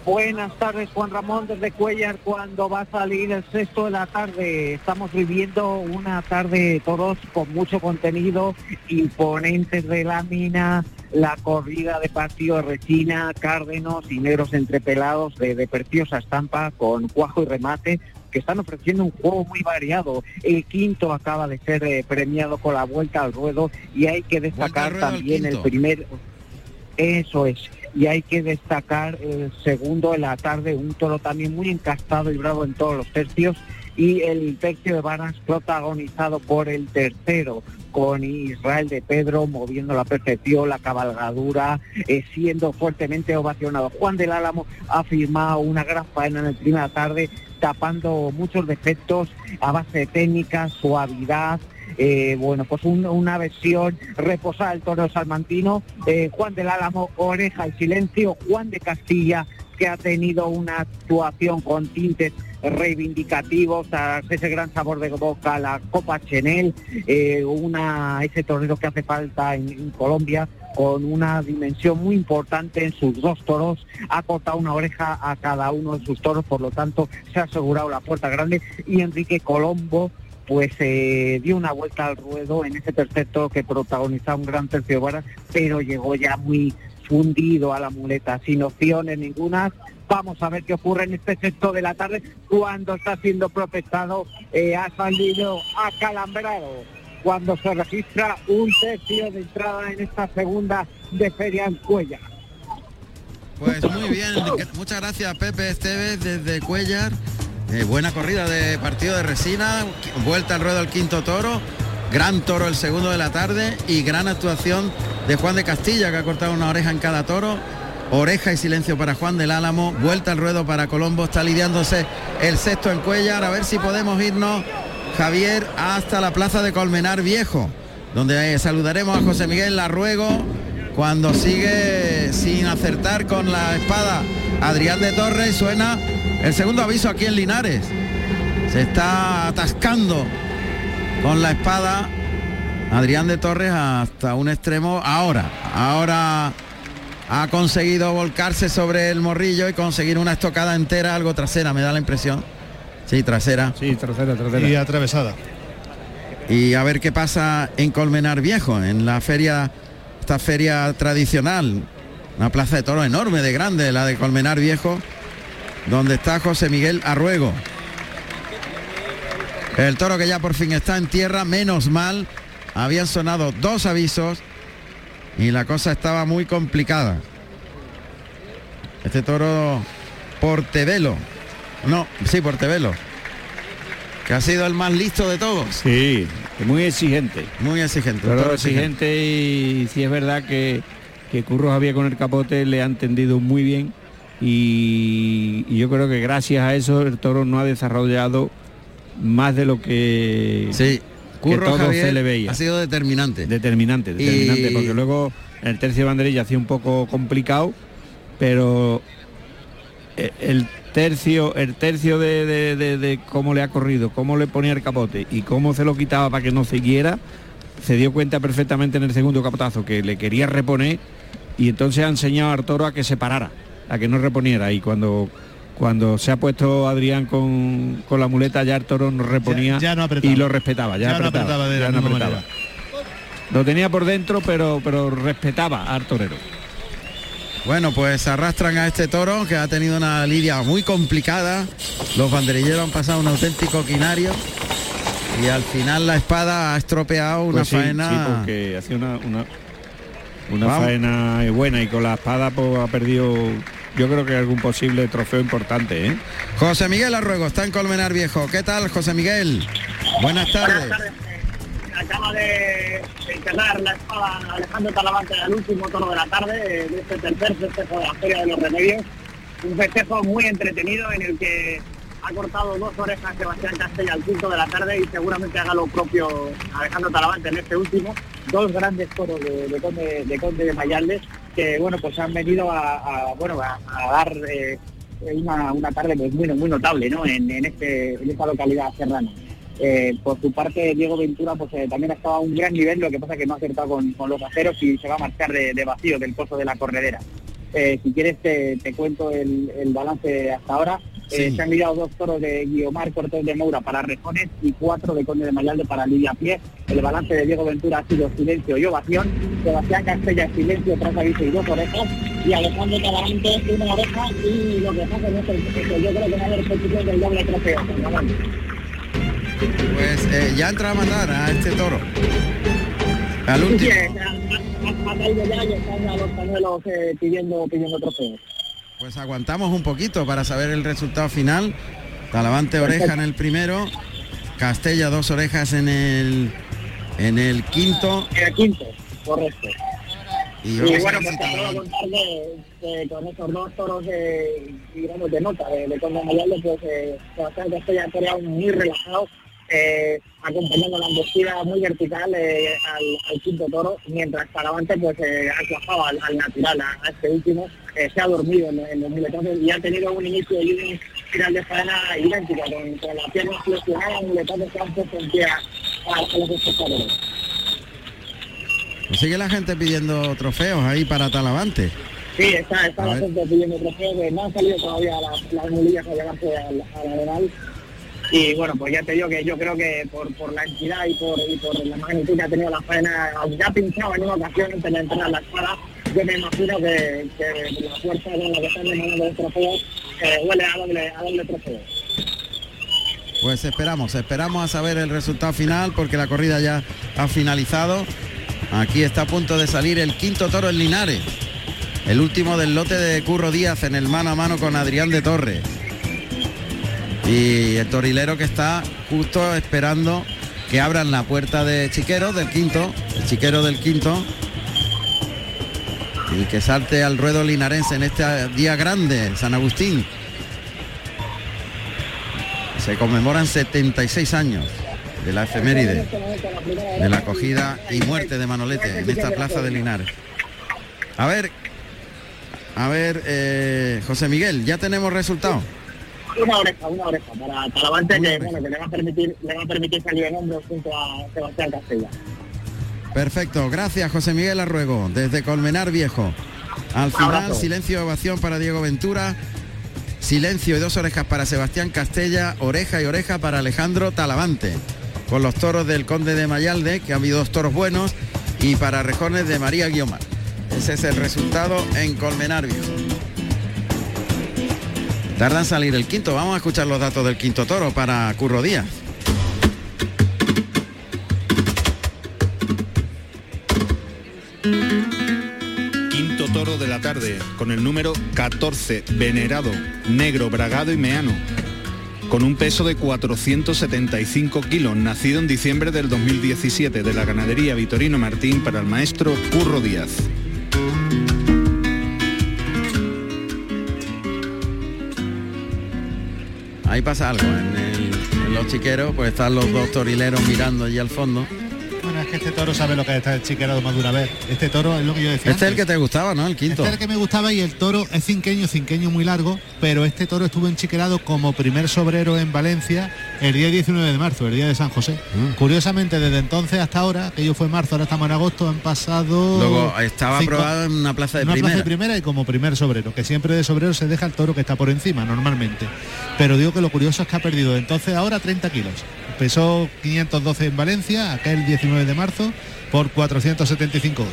G: Buenas tardes, Juan Ramón, desde Cuellar, cuando va a salir el sexto de la tarde. Estamos viviendo una tarde todos con mucho contenido, imponentes de lámina, la corrida de patio de Regina, Cárdenos y negros entrepelados de, de preciosa estampa con cuajo y remate que están ofreciendo un juego muy variado. El quinto acaba de ser eh, premiado con la vuelta al ruedo y hay que
B: al
G: destacar
B: ruedo al
G: también el
B: quinto.
G: primer... Eso es. Y hay que destacar el segundo en la tarde, un toro también muy encastado y bravo en todos los tercios. Y el tercio de varas protagonizado por el tercero, con Israel de Pedro moviendo la percepción, la cabalgadura, eh, siendo fuertemente ovacionado. Juan del Álamo ha firmado una gran faena en el primer de la tarde, tapando muchos defectos a base de técnica, suavidad, eh, bueno, pues un- una versión reposada del toro salmantino, eh, Juan del Álamo, Oreja y Silencio, Juan de Castilla, que ha tenido una actuación con tintes reivindicativos, a ese gran sabor de boca, la Copa Chenel, eh, una, ese torneo que hace falta en, en Colombia, con una dimensión muy importante en sus dos toros, ha cortado una oreja a cada uno de sus toros, por lo tanto se ha asegurado la puerta grande y Enrique Colombo pues eh, dio una vuelta al ruedo en ese perfecto que protagonizaba un gran tercio de varas, pero llegó ya muy fundido a la muleta, sin opciones ninguna. Vamos a ver qué ocurre en este sexto de la tarde cuando está siendo protestado, eh, ha salido acalambrado. Cuando se registra un tercio de entrada en esta segunda de Feria en Cuellar.
B: Pues muy bien, gra- muchas gracias Pepe Esteves desde Cuellar. Eh, buena corrida de partido de resina, qu- vuelta al ruedo al quinto toro, gran toro el segundo de la tarde y gran actuación de Juan de Castilla que ha cortado una oreja en cada toro. Oreja y silencio para Juan del Álamo, vuelta al ruedo para Colombo, está lidiándose el sexto en Cuellar, a ver si podemos irnos, Javier, hasta la plaza de Colmenar Viejo, donde eh, saludaremos a José Miguel Larruego, cuando sigue sin acertar con la espada Adrián de Torres suena el segundo aviso aquí en Linares se está atascando con la espada Adrián de Torres hasta un extremo ahora ahora ha conseguido volcarse sobre el morrillo y conseguir una estocada entera algo trasera me da la impresión sí trasera
A: Sí, tercera,
C: Y
A: tercera.
C: atravesada.
B: y a ver qué pasa en Colmenar Viejo, en la feria, esta feria tradicional, una plaza de toros enorme, de grande, la de Colmenar Viejo, donde está José Miguel Arruego. El toro que ya por fin está en tierra, menos mal, habían sonado dos avisos y la cosa estaba muy complicada. Este toro Portevelo, no, sí, Portevelo, que ha sido el más listo de todos.
A: Sí, es muy exigente.
B: Muy exigente. un
A: Toro
B: toro
A: exigente y si es verdad que, que Curro Javier con el capote le han tendido muy bien y, y yo creo que gracias a eso el toro no ha desarrollado más de lo que
B: Sí, Curro
A: todo
B: Javier
A: se le veía.
B: ha sido determinante.
A: determinante, determinante,
B: Y-
A: porque luego el tercio de banderilla hacía un poco complicado, pero e- el tercio, el tercio de, de- de- de cómo le ha corrido, cómo le ponía el capote y cómo se lo quitaba para que no siguiera, se dio cuenta perfectamente en el segundo capotazo que le quería reponer y entonces ha enseñado a toro a que se parara, a que no reponiera y cuando cuando se ha puesto Adrián con, con la muleta ya el toro no reponía
C: ya no apretaba.
A: y lo respetaba, ya,
C: Ya no apretaba de la
A: ya no
C: misma
A: apretaba.
C: manera.
A: Lo tenía por dentro, pero, pero respetaba al torero.
B: Bueno, pues arrastran a este toro que ha tenido una lidia muy complicada. Los banderilleros han pasado un auténtico quinario. Y al final la espada ha estropeado una
A: Pues sí,
B: faena.
A: Sí, porque hacía una, una, una
B: Vamos.
A: faena buena y con la espada pues, ha perdido, yo creo que algún posible trofeo importante. ¿eh?
B: José Miguel Arruego está en Colmenar Viejo. ¿Qué tal, José Miguel? Buenas tardes.
G: Eh, acaba de encarnar la espada Alejandro Talavante al último toro de la tarde, de este tercer festejo de la Feria de los Remedios. Un festejo muy entretenido en el que ha cortado dos orejas Sebastián Castella al quinto de la tarde y seguramente haga lo propio Alejandro Talavante en este último. Dos grandes toros de, de Conde, de Conde de Mayaldes que bueno pues han venido a, a, bueno, a, a dar eh, una, una, tarde pues, muy, muy notable ¿no? en, en, este, en esta localidad serrana. Eh, por su parte, Diego Ventura pues eh, también ha estado a un gran nivel, lo que pasa que no ha acertado con, con los aceros y se va a marchar de, de vacío del pozo de la corredera. Eh, si quieres te, te cuento el, el, balance hasta ahora. Sí. se han lidiado dos toros de Guiomar Cortés de Moura para Rejones y cuatro de Conde de Mayalde para Lidia Pie. El balance de Diego Ventura ha sido silencio y ovación. Sebastián Castella, silencio tras aviso y dos orejas. Y Alejandro Tabarante, una oreja y lo que pasa no es el, que yo creo que va a haber petición del doble trofeo.
B: Pues eh, ya entra a matar a este toro. Al último.
G: eh, pidiendo, pidiendo trofeos.
B: Pues aguantamos un poquito para saber el resultado final. Talavante oreja en el primero. Castella dos orejas en el en el quinto.
G: En el quinto, correcto. Y, y bueno, pues te puedo contar que, con esos dos toros de, digamos, de nota de, de Conde Mayalde, pues eh, Sebastián Castella ha creado muy relajado eh, acompañando la embestida muy vertical eh, al, al, quinto toro, mientras Talavante pues eh, ha cuajado al, al, natural, a, a este último, se ha dormido en, en los militantes y ha tenido un inicio y un final de faena idéntica, con, con la pierna flexionada, los militantes se han puesto en pie a, a, a los espectadores. pues.
B: Sigue la gente pidiendo trofeos ahí para Talavante.
G: Sí, está, está la gente pidiendo trofeos, no han salido todavía las, las mulillas para llevarse al, al arenal y bueno pues ya te digo que yo creo que por, por la entidad y por, y por la magnitud que ha tenido la faena aunque ha pinchado en una ocasión antes de entrar a la espada yo me imagino que, que la fuerza con la que están demandando los trofeos eh, huele a doble, a doble trofeo
B: pues esperamos, esperamos a saber el resultado final porque la corrida ya ha finalizado. Aquí está a punto de salir el quinto toro en Linares, el último del lote de Curro Díaz en el mano a mano con Adrián de Torres y el torilero que está justo esperando que abran la puerta de Chiquero del quinto, el chiquero del quinto, y que salte al ruedo linarense en este día grande, San Agustín. Se conmemoran 76 años de la efeméride,
G: Este
B: de la acogida y muerte de Manolete en esta plaza de Linares. A ver, a ver, eh, José Miguel, ya tenemos resultados
G: una oreja, una oreja para Talavante que, oreja. bueno, que le va a permitir, le va a permitir salir en hombros junto a Sebastián Castilla.
B: Perfecto, gracias José Miguel Arruego, desde Colmenar Viejo. Al final, Abrazo. silencio y ovación para Diego Ventura, silencio y dos orejas para Sebastián Castella, oreja y oreja para Alejandro Talavante, con los toros del Conde de Mayalde, que ha habido dos toros buenos, y para Rejones de María Guiomar. Ese es el resultado en Colmenar Viejo. Tardan en salir el quinto. Vamos a escuchar los datos del quinto toro para Curro Díaz.
D: Quinto toro de la tarde, con el número 14, venerado, negro, bragado y meano. Con un peso de 475 kilos, nacido en diciembre del 2017 de la ganadería Vitorino Martín para el maestro Curro Díaz.
B: ahí pasa algo. En, el, en, los chiqueros, pues están los dos torileros mirando allí al fondo.
C: Bueno, es que este toro sabe lo que está el chiquero más de una vez. Este toro es lo que yo decía.
B: Este es el que te gustaba, ¿no? El quinto.
C: Este es el que me gustaba y el toro es cinqueño, cinqueño muy largo, pero este toro estuvo enchiquerado como primer sobrero en Valencia el día 19 de marzo, el día de San José. Mm. Curiosamente, desde entonces hasta ahora, que yo fue en marzo, ahora estamos en agosto, han pasado.
B: Luego estaba cinco, aprobado en una plaza de
C: una
B: primera.
C: Plaza de primera y como primer sobrero, que siempre de sobrero se deja el toro que está por encima normalmente. Pero digo que lo curioso es que ha perdido de entonces ahora 30 kilos. Pesó 512 en Valencia, aquel 19 de marzo, por 475 hoy.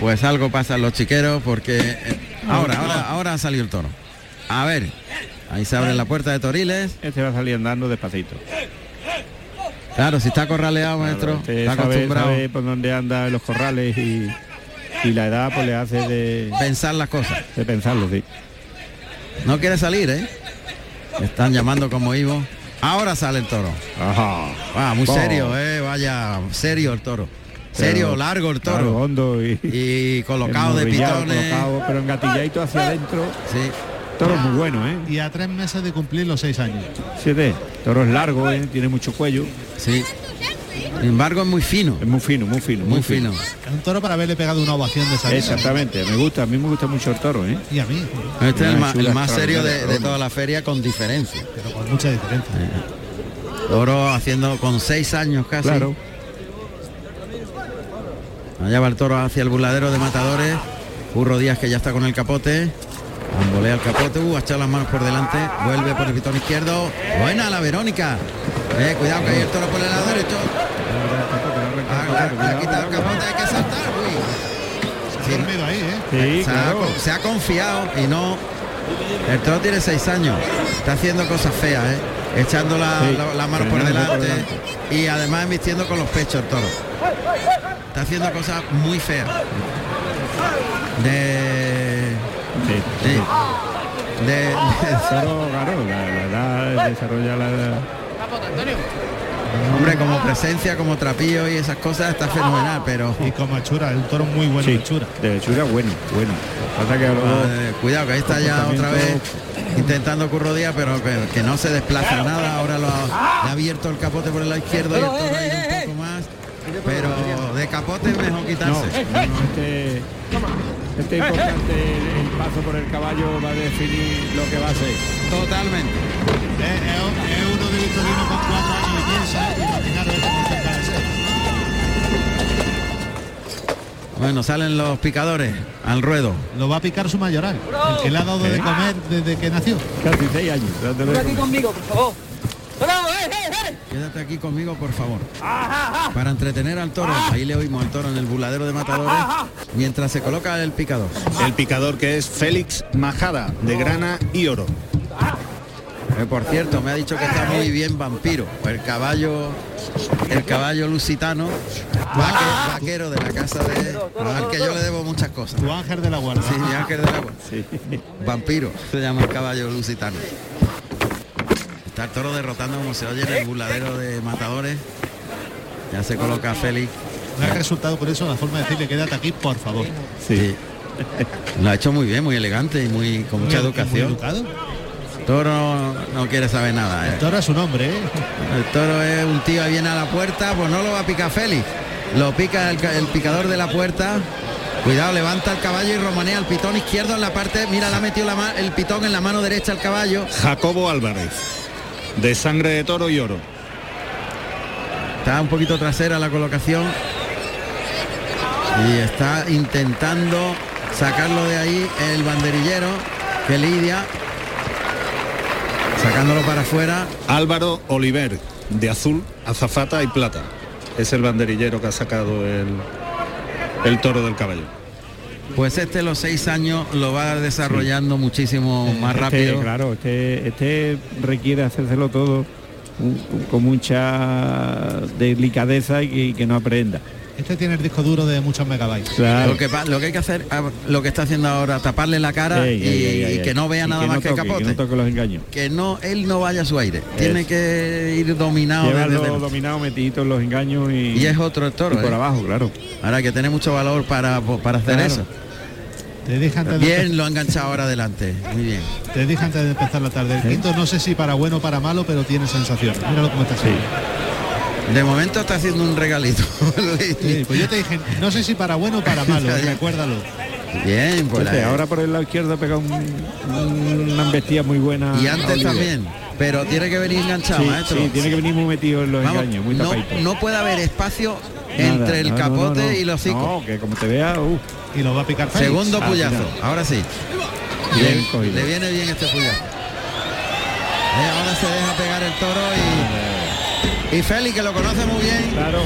B: Pues algo pasa en los chiqueros porque eh,
C: Ah,
B: ahora, ahora, ahora ha salido el toro. A ver, Ahí se abre la puerta de Toriles.
A: Este va a salir andando despacito.
B: Claro, si está corraleado, maestro, claro, este está
A: sabe,
B: acostumbrado.
A: Sabe por dónde anda en los corrales y, y, la edad pues le hace de...
B: Pensar las cosas.
A: De pensarlo, sí.
B: No quiere salir, ¿eh? Están llamando como Ivo. Ahora sale el toro.
A: Ajá.
B: Ah, muy
A: Oh.
B: serio, eh, vaya, serio el toro. Serio,
A: Pero-
B: largo el
A: Claro,
B: toro.
A: hondo y,
B: Y colocado de
A: enmorrillado,
B: pitones.
A: colocado, pero engatilladito hacia adentro.
B: Sí.
A: Toro muy bueno, ¿eh?
C: Y a tres meses de cumplir los seis años.
A: Siete. Toro es largo, ¿eh? tiene mucho cuello.
B: Sí. Sin embargo, es muy fino.
A: Es muy fino, muy fino,
B: Muy fino.
C: Es un toro para haberle pegado una ovación de salida.
A: Exactamente, me gusta, a mí me gusta mucho el toro, ¿eh?
C: Y a mí,
B: Este es el
A: Una
B: más, el
A: chula
B: más serio de, de
A: extraordinaria,
B: toda la feria con diferencia.
C: pero con mucha diferencia.
B: Toro haciendo con seis años casi.
A: Claro.
B: Allá va el toro hacia el burladero de matadores. Curro Díaz que ya está con el capote. Bambolea el capote. Uh, ha echado las manos por delante. Vuelve por el pitón izquierdo. Buena la Verónica. Eh, cuidado que hay el toro por el lado derecho. Ah, claro, le ha quitado el capote, hay que saltar. uy.
C: Se ha dormido ahí, ¿eh?
A: Sí,
B: Se ha,
A: claro.
B: con- se ha confiado y no. El toro tiene seis años. Está haciendo cosas feas, ¿eh? Echando la,
A: Sí,
B: la- la mano por
A: frenando por
B: delante. Y además vistiendo con los pechos el toro. Está haciendo cosas muy feas. De.
A: Sí, sí.
B: sí. De- de-
A: El toro, claro, la, la edad desarrolla la edad.
B: hombre, como presencia, como trapillo y esas cosas está fenomenal, pero.
C: Y como hechura, es un toro muy bueno de
A: Sí,
C: hechura.
A: de lechura, bueno, bueno. Pasa que luego-
B: Eh, cuidado, que ahí está ya otra vez intentando Curro Díaz, pero que, que no se desplaza nada. Ahora lo ha, le ha abierto el capote por el lado izquierdo y el toro ha ido un poco más. Pero de capote es mejor
A: No,
B: quitarse.
A: no, no, este, este importante el, el paso por el caballo va a definir lo que va a ser.
B: Totalmente.
C: Es, es un- Eh, oh, es uno de Victorino con cuatro años y piensa, y imaginaros esto con cerca de seis.
B: Bueno, salen los picadores al ruedo.
C: Lo va a picar su mayoral, el que le ha dado de
A: ¿Eh?
C: comer desde que nació.
A: Casi seis años. dándole de comer.
E: conmigo, por favor. ¡Bravo, eh, eh, eh!
B: Quédate aquí conmigo, por favor. Para entretener al toro. Ahí le oímos al toro en el buladero de matadores mientras se coloca el picador.
D: El picador que es Félix Majada, de grana y oro.
B: Eh, por cierto, me ha dicho que está muy bien vampiro. El caballo, el caballo lusitano, vaque- vaquero de la casa de. Al que yo le debo muchas cosas.
C: Tu ángel de la guarda.
B: Sí, mi ángel del agua.
A: Sí.
B: Vampiro, se llama el caballo lusitano. Está el toro derrotando como se oye en el burladero de matadores. Ya se coloca Félix.
C: Me ha resultado por eso la forma de decirle quédate aquí, por favor.
A: Sí.
B: Lo ha hecho muy bien, muy elegante y muy con mucha
C: Muy- muy
B: educación.
C: educado.
B: El toro no, no quiere saber nada. eh.
C: El toro es un hombre, ¿eh?
B: El toro es un tío, ahí viene a la puerta, pues no lo va a picar Félix. Lo pica el, ca- el picador de la puerta. Cuidado, levanta el caballo y romanea el pitón izquierdo en la parte. Mira, le ha metido la ma- el pitón en la mano derecha al caballo.
D: Jacobo Álvarez, de sangre de toro y oro.
B: Está un poquito trasera la colocación. Y está intentando sacarlo de ahí el banderillero que lidia. Sacándolo para afuera.
D: Álvaro Oliver, de azul, azafata y plata. Es el banderillero que ha sacado el, el toro del caballo.
B: Pues este los seis años lo va desarrollando muchísimo más
A: Este,
B: rápido.
A: claro, este, este requiere hacérselo todo un- un- con mucha delicadeza y que, y que no aprenda.
C: Este tiene el disco duro de muchos megabytes.
A: Claro.
B: Lo que, pa- lo que hay que hacer, ah, lo que está haciendo ahora, taparle la cara
A: Ey,
B: y,
A: ey, ey, ey,
B: y que no vea
A: y
B: nada
A: no
B: más que el
A: toque,
B: capote. Que
A: no
B: no,
A: toque los engaños.
B: él no vaya a su aire. Tiene que ir dominado desde
A: Llevarlo
B: dentro.
A: dominado, metidito en los engaños y,
B: Y es otro el
A: y
B: toro.
A: por
B: eh.
A: abajo, claro.
B: Ahora hay que tiene mucho valor para, para hacer
A: Claro.
B: eso.
C: Te dije antes de
B: Bien, lo ha enganchado ahora adelante. Muy bien.
C: Te dije antes de empezar la tarde, el
B: ¿Eh?
C: quinto no sé si para bueno o para malo, pero tiene sensación. Míralo cómo está siendo.
B: De momento está haciendo un regalito. <laughs>
C: Sí, pues yo te dije, no sé si para bueno o para malo,
B: Ya, ya.
C: recuérdalo.
B: bien, pues.
A: Fíjate,
B: la-
A: Este, ahora por el lado izquierdo ha pegado un- una embestida muy buena.
B: Y
A: a
B: antes
A: Oliver.
B: también. Pero tiene que venir enganchado,
A: Sí,
B: maestro.
A: sí, tiene que venir muy metido en los
B: Vamos,
A: engaños, muy
B: no,
A: tapadito.
B: no puede haber espacio
A: Nada,
B: entre el
A: no, no,
B: capote
A: no, no.
B: y los hocico.
A: No, que como te vea, uh,
C: Y lo va a picar Félix.
B: Segundo
A: Ah,
B: puyazo,
A: mira.
B: ahora sí.
A: Bien
B: Le-
A: cogido.
B: le viene bien este puyazo. Eh, ahora se deja pegar el toro y, y Félix, que lo conoce muy bien,
A: claro,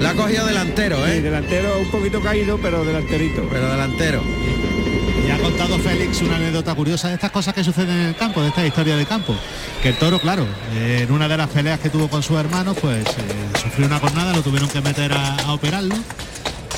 B: la ha cogido delantero,
A: sí,
B: ¿eh?
A: delantero un poquito caído, pero delanterito.
B: Pero delantero.
C: Y ha contado Félix una anécdota curiosa de estas cosas que suceden en el campo, de esta historia de campo. Que el toro, claro, eh, en una de las peleas que tuvo con su hermano, pues eh, sufrió una cornada, lo tuvieron que meter a, a operarlo.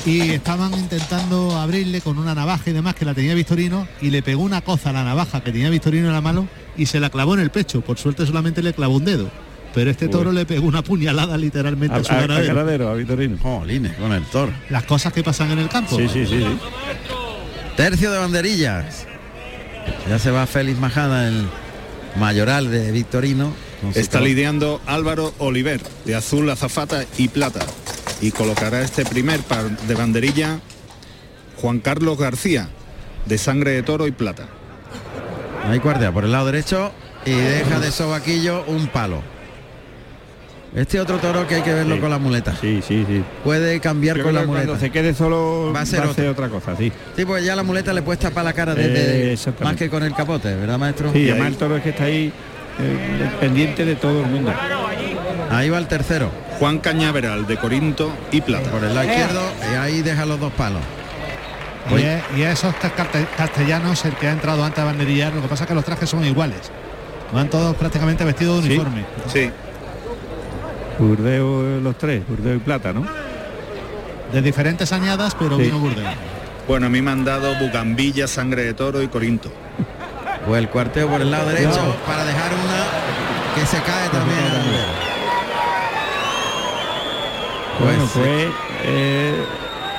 C: y estaban intentando abrirle con una navaja y demás que la tenía Victorino y le pegó una coza a la navaja que tenía Victorino en la mano y se la clavó en el pecho. Por suerte solamente le clavó un dedo. Pero este toro le pegó una puñalada literalmente a, su
A: a,
C: ganadero.
A: ganadero, a Vitorino.
B: Jolines, con el toro.
C: Las cosas que pasan en el campo.
A: Sí, sí, sí, sí.
B: Tercio de banderillas. Ya se va Félix Majada, el mayoral de Victorino. con su
D: Está
B: toro.
D: lidiando Álvaro Oliver, de azul, azafata y plata. Y colocará este primer par de banderilla Juan Carlos García, de sangre de toro y plata.
B: Hay guardia por el lado derecho y deja de sobaquillo un palo. Este otro toro que hay que verlo
A: Sí.
B: con la muleta.
A: Sí, sí, sí.
B: Puede cambiar
A: Yo
B: con
A: creo
B: la
A: que
B: muleta.
A: cuando se quede solo va a ser, otra cosa, sí.
B: Sí, pues ya la muleta le puesta para la cara
A: Eh,
B: desde
A: exactamente.
B: más que con el capote, ¿verdad, maestro?
A: Sí,
B: Y
A: además
B: ahí,
A: el toro es que está ahí eh, pendiente de todo el mundo.
B: ahí va el tercero,
D: Juan Cañaveral, de Corinto y plata.
B: por el lado izquierdo, y ahí deja los dos palos.
C: Y, es- y a esos ca- cate- castellanos el que ha entrado antes a banderillar, lo que pasa es que los trajes son iguales. Van todos prácticamente vestidos de
A: Sí.
C: uniforme.
D: Sí,
A: Burdeo eh, los tres, Burdeo y Plata, ¿no?
B: Pues
C: De diferentes añadas, pero
A: Sí.
C: vino Burdeos.
D: bueno, a mí me han dado Bucambilla, sangre de toro y Corinto.
B: Pues el cuarteo por el lado derecho para dejar una que se cae también. Pues,
A: bueno, pues eh,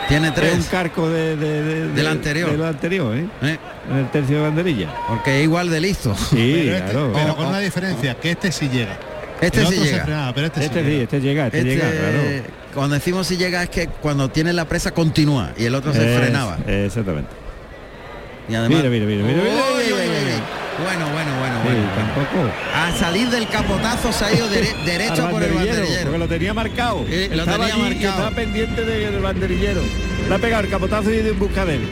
B: Tiene
A: es un
B: tres,
A: carco de, de- de-
B: Del
A: de-
B: anterior.
A: del anterior, ¿eh?
B: ¿eh?
A: En el tercio de banderilla.
B: porque es igual de listo.
A: Sí,
C: pero, este-
A: claro.
C: pero con una diferencia, que este sí llega.
B: <laughs> Este
C: El
B: sí
C: otro se
B: llega.
C: frenaba, pero este,
A: Este
C: sí
A: sí,
C: llega.
A: este llega, este,
B: Este,
A: llega, claro.
B: Cuando decimos si llega es que cuando tiene la presa continúa y el otro se
A: Es-
B: frenaba.
A: Exactamente.
B: Y además.
A: Mira, mira, mira, mira, mira,
B: Uy,
A: mira,
B: uy,
A: mira,
B: uy,
A: mira.
B: uy. Bueno, bueno, bueno,
A: Sí,
B: bueno.
A: tampoco.
B: A salir del capotazo se ha ido
A: <laughs>
B: dere- derecho
A: Al
B: por el
A: banderillero,
B: banderillero.
A: Porque lo tenía marcado.
B: Eh, lo
A: estaba
B: tenía
A: allí y
B: marcado.
A: estaba pendiente de- del banderillero. Le ha pegado el capotazo y de un busca de él.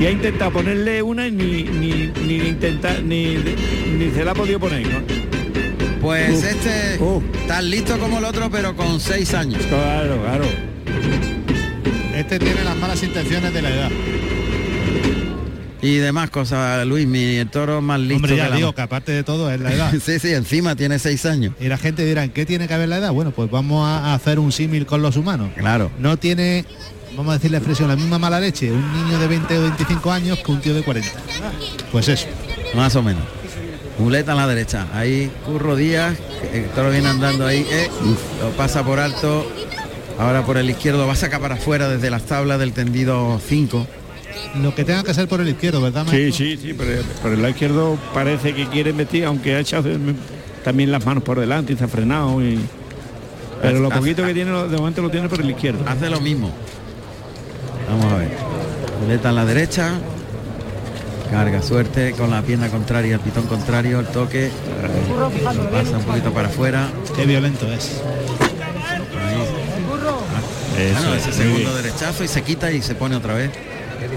A: Y ha intentado ponerle una y ni, ni, ni intentar, ni, ni se la ha podido poner. ¿no?
B: Pues
A: Uh,
B: este
A: uh.
B: tan listo como el otro, pero con seis años.
A: Claro, claro.
C: Este tiene las malas intenciones de la edad.
B: Y demás cosas, Luis, mi el toro más listo.
C: Hombre,
B: que
C: ya
B: la
C: digo
B: ma-
C: que aparte de todo es
B: <laughs>
C: la edad.
B: sí, sí, encima tiene seis años.
C: Y la gente dirá, ¿en qué tiene que ver la edad? Bueno, pues vamos a hacer un símil con los humanos.
B: Claro.
C: No tiene, vamos a decir la expresión, la misma mala leche un niño de 20 o 25 años que un tío de 40. Pues eso.
B: Más o menos. Muleta a la derecha. Ahí Curro Díaz. El toro viene andando ahí. eh, lo pasa por alto. Ahora por el izquierdo. Va a sacar para afuera desde las tablas del tendido 5.
C: Lo que tenga que hacer por el izquierdo, ¿verdad,
A: Sí,
C: maestro?
A: sí, sí, pero, pero el lado izquierdo parece que quiere meter, aunque ha echado también las manos por delante y se ha frenado. y- pero lo poquito que tiene, lo- de momento lo tiene por el izquierdo.
B: Hace lo mismo. Vamos a ver. Muleta a la derecha. Carga suerte con la pierna contraria, el pitón contrario, el toque. Lo pasa un poquito para afuera.
C: Qué violento es.
A: Eso
B: Ah, no,
A: es, muy
B: ese
A: bien.
B: segundo derechazo y se quita y se pone otra vez.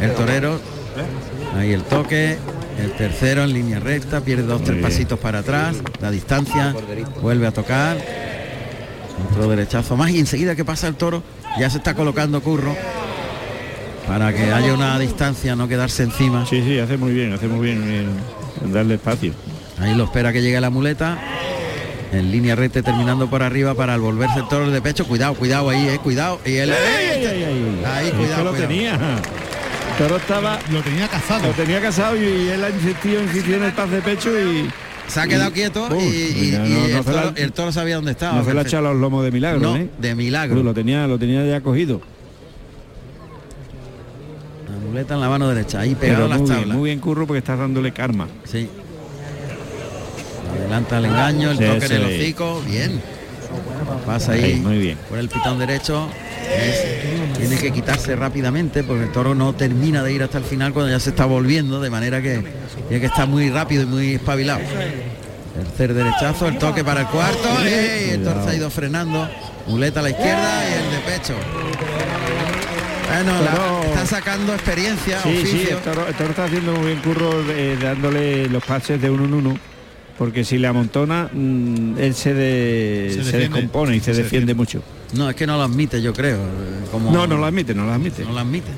B: El torero. Ahí el toque. El tercero en línea recta. Pierde dos, tres
A: bien.
B: pasitos para atrás. La distancia. Vuelve a tocar. Otro derechazo más. Y enseguida que pasa el toro, ya se está colocando curro. Para que haya una distancia, no quedarse encima.
A: Sí, sí, hace muy bien, hace muy bien en- en darle espacio.
B: Ahí lo espera que llegue la muleta. En línea recta y terminando por arriba para al volverse el toro de pecho. Cuidado, cuidado ahí, eh, cuidado. Y él.
A: ¡Ey, ey, ey, ey!
B: Ahí,
A: Es
B: cuidado,
A: que lo
B: cuidado.
A: tenía. El toro estaba,
C: Lo tenía
A: lo
C: cazado.
A: tenía casado y, y él ha insistido, insistido en el paz de pecho y
B: Se ha quedado quieto
A: Uy,
B: y, y-
A: mira,
B: y
A: no- no
B: el,
A: se la-
B: toro, el toro sabía dónde estaba.
A: no se le ha
B: perfecto.
A: echado los lomos Ah, de milagro,
B: No,
A: ¿eh?
B: de
A: Uy,
B: milagro.
A: lo tenía, lo tenía ya cogido.
B: La muleta en la mano derecha, ahí
A: Pero
B: pegado a las
A: muy bien,
B: tablas.
A: muy bien curro porque está dándole karma.
B: Sí. Adelanta el engaño, el
A: Sí,
B: toque en el
A: sí.
B: hocico, bien. Pasa
A: Ahí,
B: ahí,
A: muy bien.
B: por el pitón derecho. Es- tiene que quitarse rápidamente porque el toro no termina de ir hasta el final cuando ya se está volviendo, de manera que tiene que estar muy rápido y muy espabilado. Tercer derechazo, el toque para el cuarto, ¡ey! el toro se ha ido frenando. Muleta a la izquierda y el de pecho. Bueno, la-
A: Toro.
B: está sacando experiencia,
A: Sí, sí,
B: oficio.
A: el toro, el toro está haciendo muy bien curro eh, dándole los pases de uno en uno. Porque si le amontona, mm, él se, de-
C: Se
A: se
C: defiende.
A: descompone y se,
C: Se
A: defiende mucho.
B: No, es que no lo admite, yo creo. eh, Como
A: No, no lo admite, no lo admite.
B: No lo admite.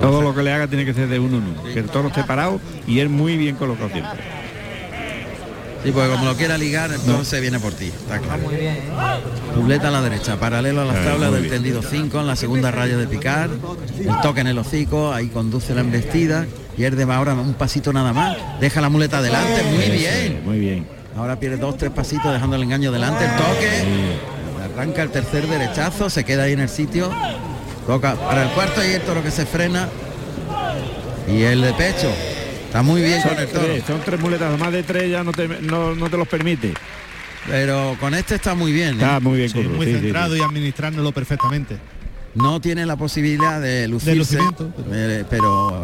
A: Todo lo que le haga tiene que ser de uno en uno. Que el toro esté parado y él muy bien colocado siempre.
B: Sí, porque como lo quiera ligar, entonces viene por ti. Está claro.
E: Ah, Muy bien. ¿eh?
B: Dobleta a la derecha, paralelo a las
A: Ah,
B: tablas
A: muy
B: del
A: bien.
B: tendido 5, en la segunda raya de picar, el toque en el hocico, ahí conduce la embestida, pierde va ahora un pasito nada más, deja la muleta adelante, muy bien.
A: Muy bien.
B: Ahora pierde dos, tres pasitos dejando el engaño delante, el toque, arranca el tercer derechazo, se queda ahí en el sitio, toca para el cuarto y el toro que se frena y el de pecho. Está muy bien
A: Son
B: con el toro.
A: tres, son tres muletas, más de tres ya no te, no, no te los permite.
B: Pero con este está muy bien. ¿eh?
A: Está muy bien,
C: Sí,
A: Curro,
C: muy
A: sí, sí, sí.
C: centrado y administrándolo perfectamente.
B: No tiene la posibilidad de lucirse,
C: lucimiento, pero-
B: eh, pero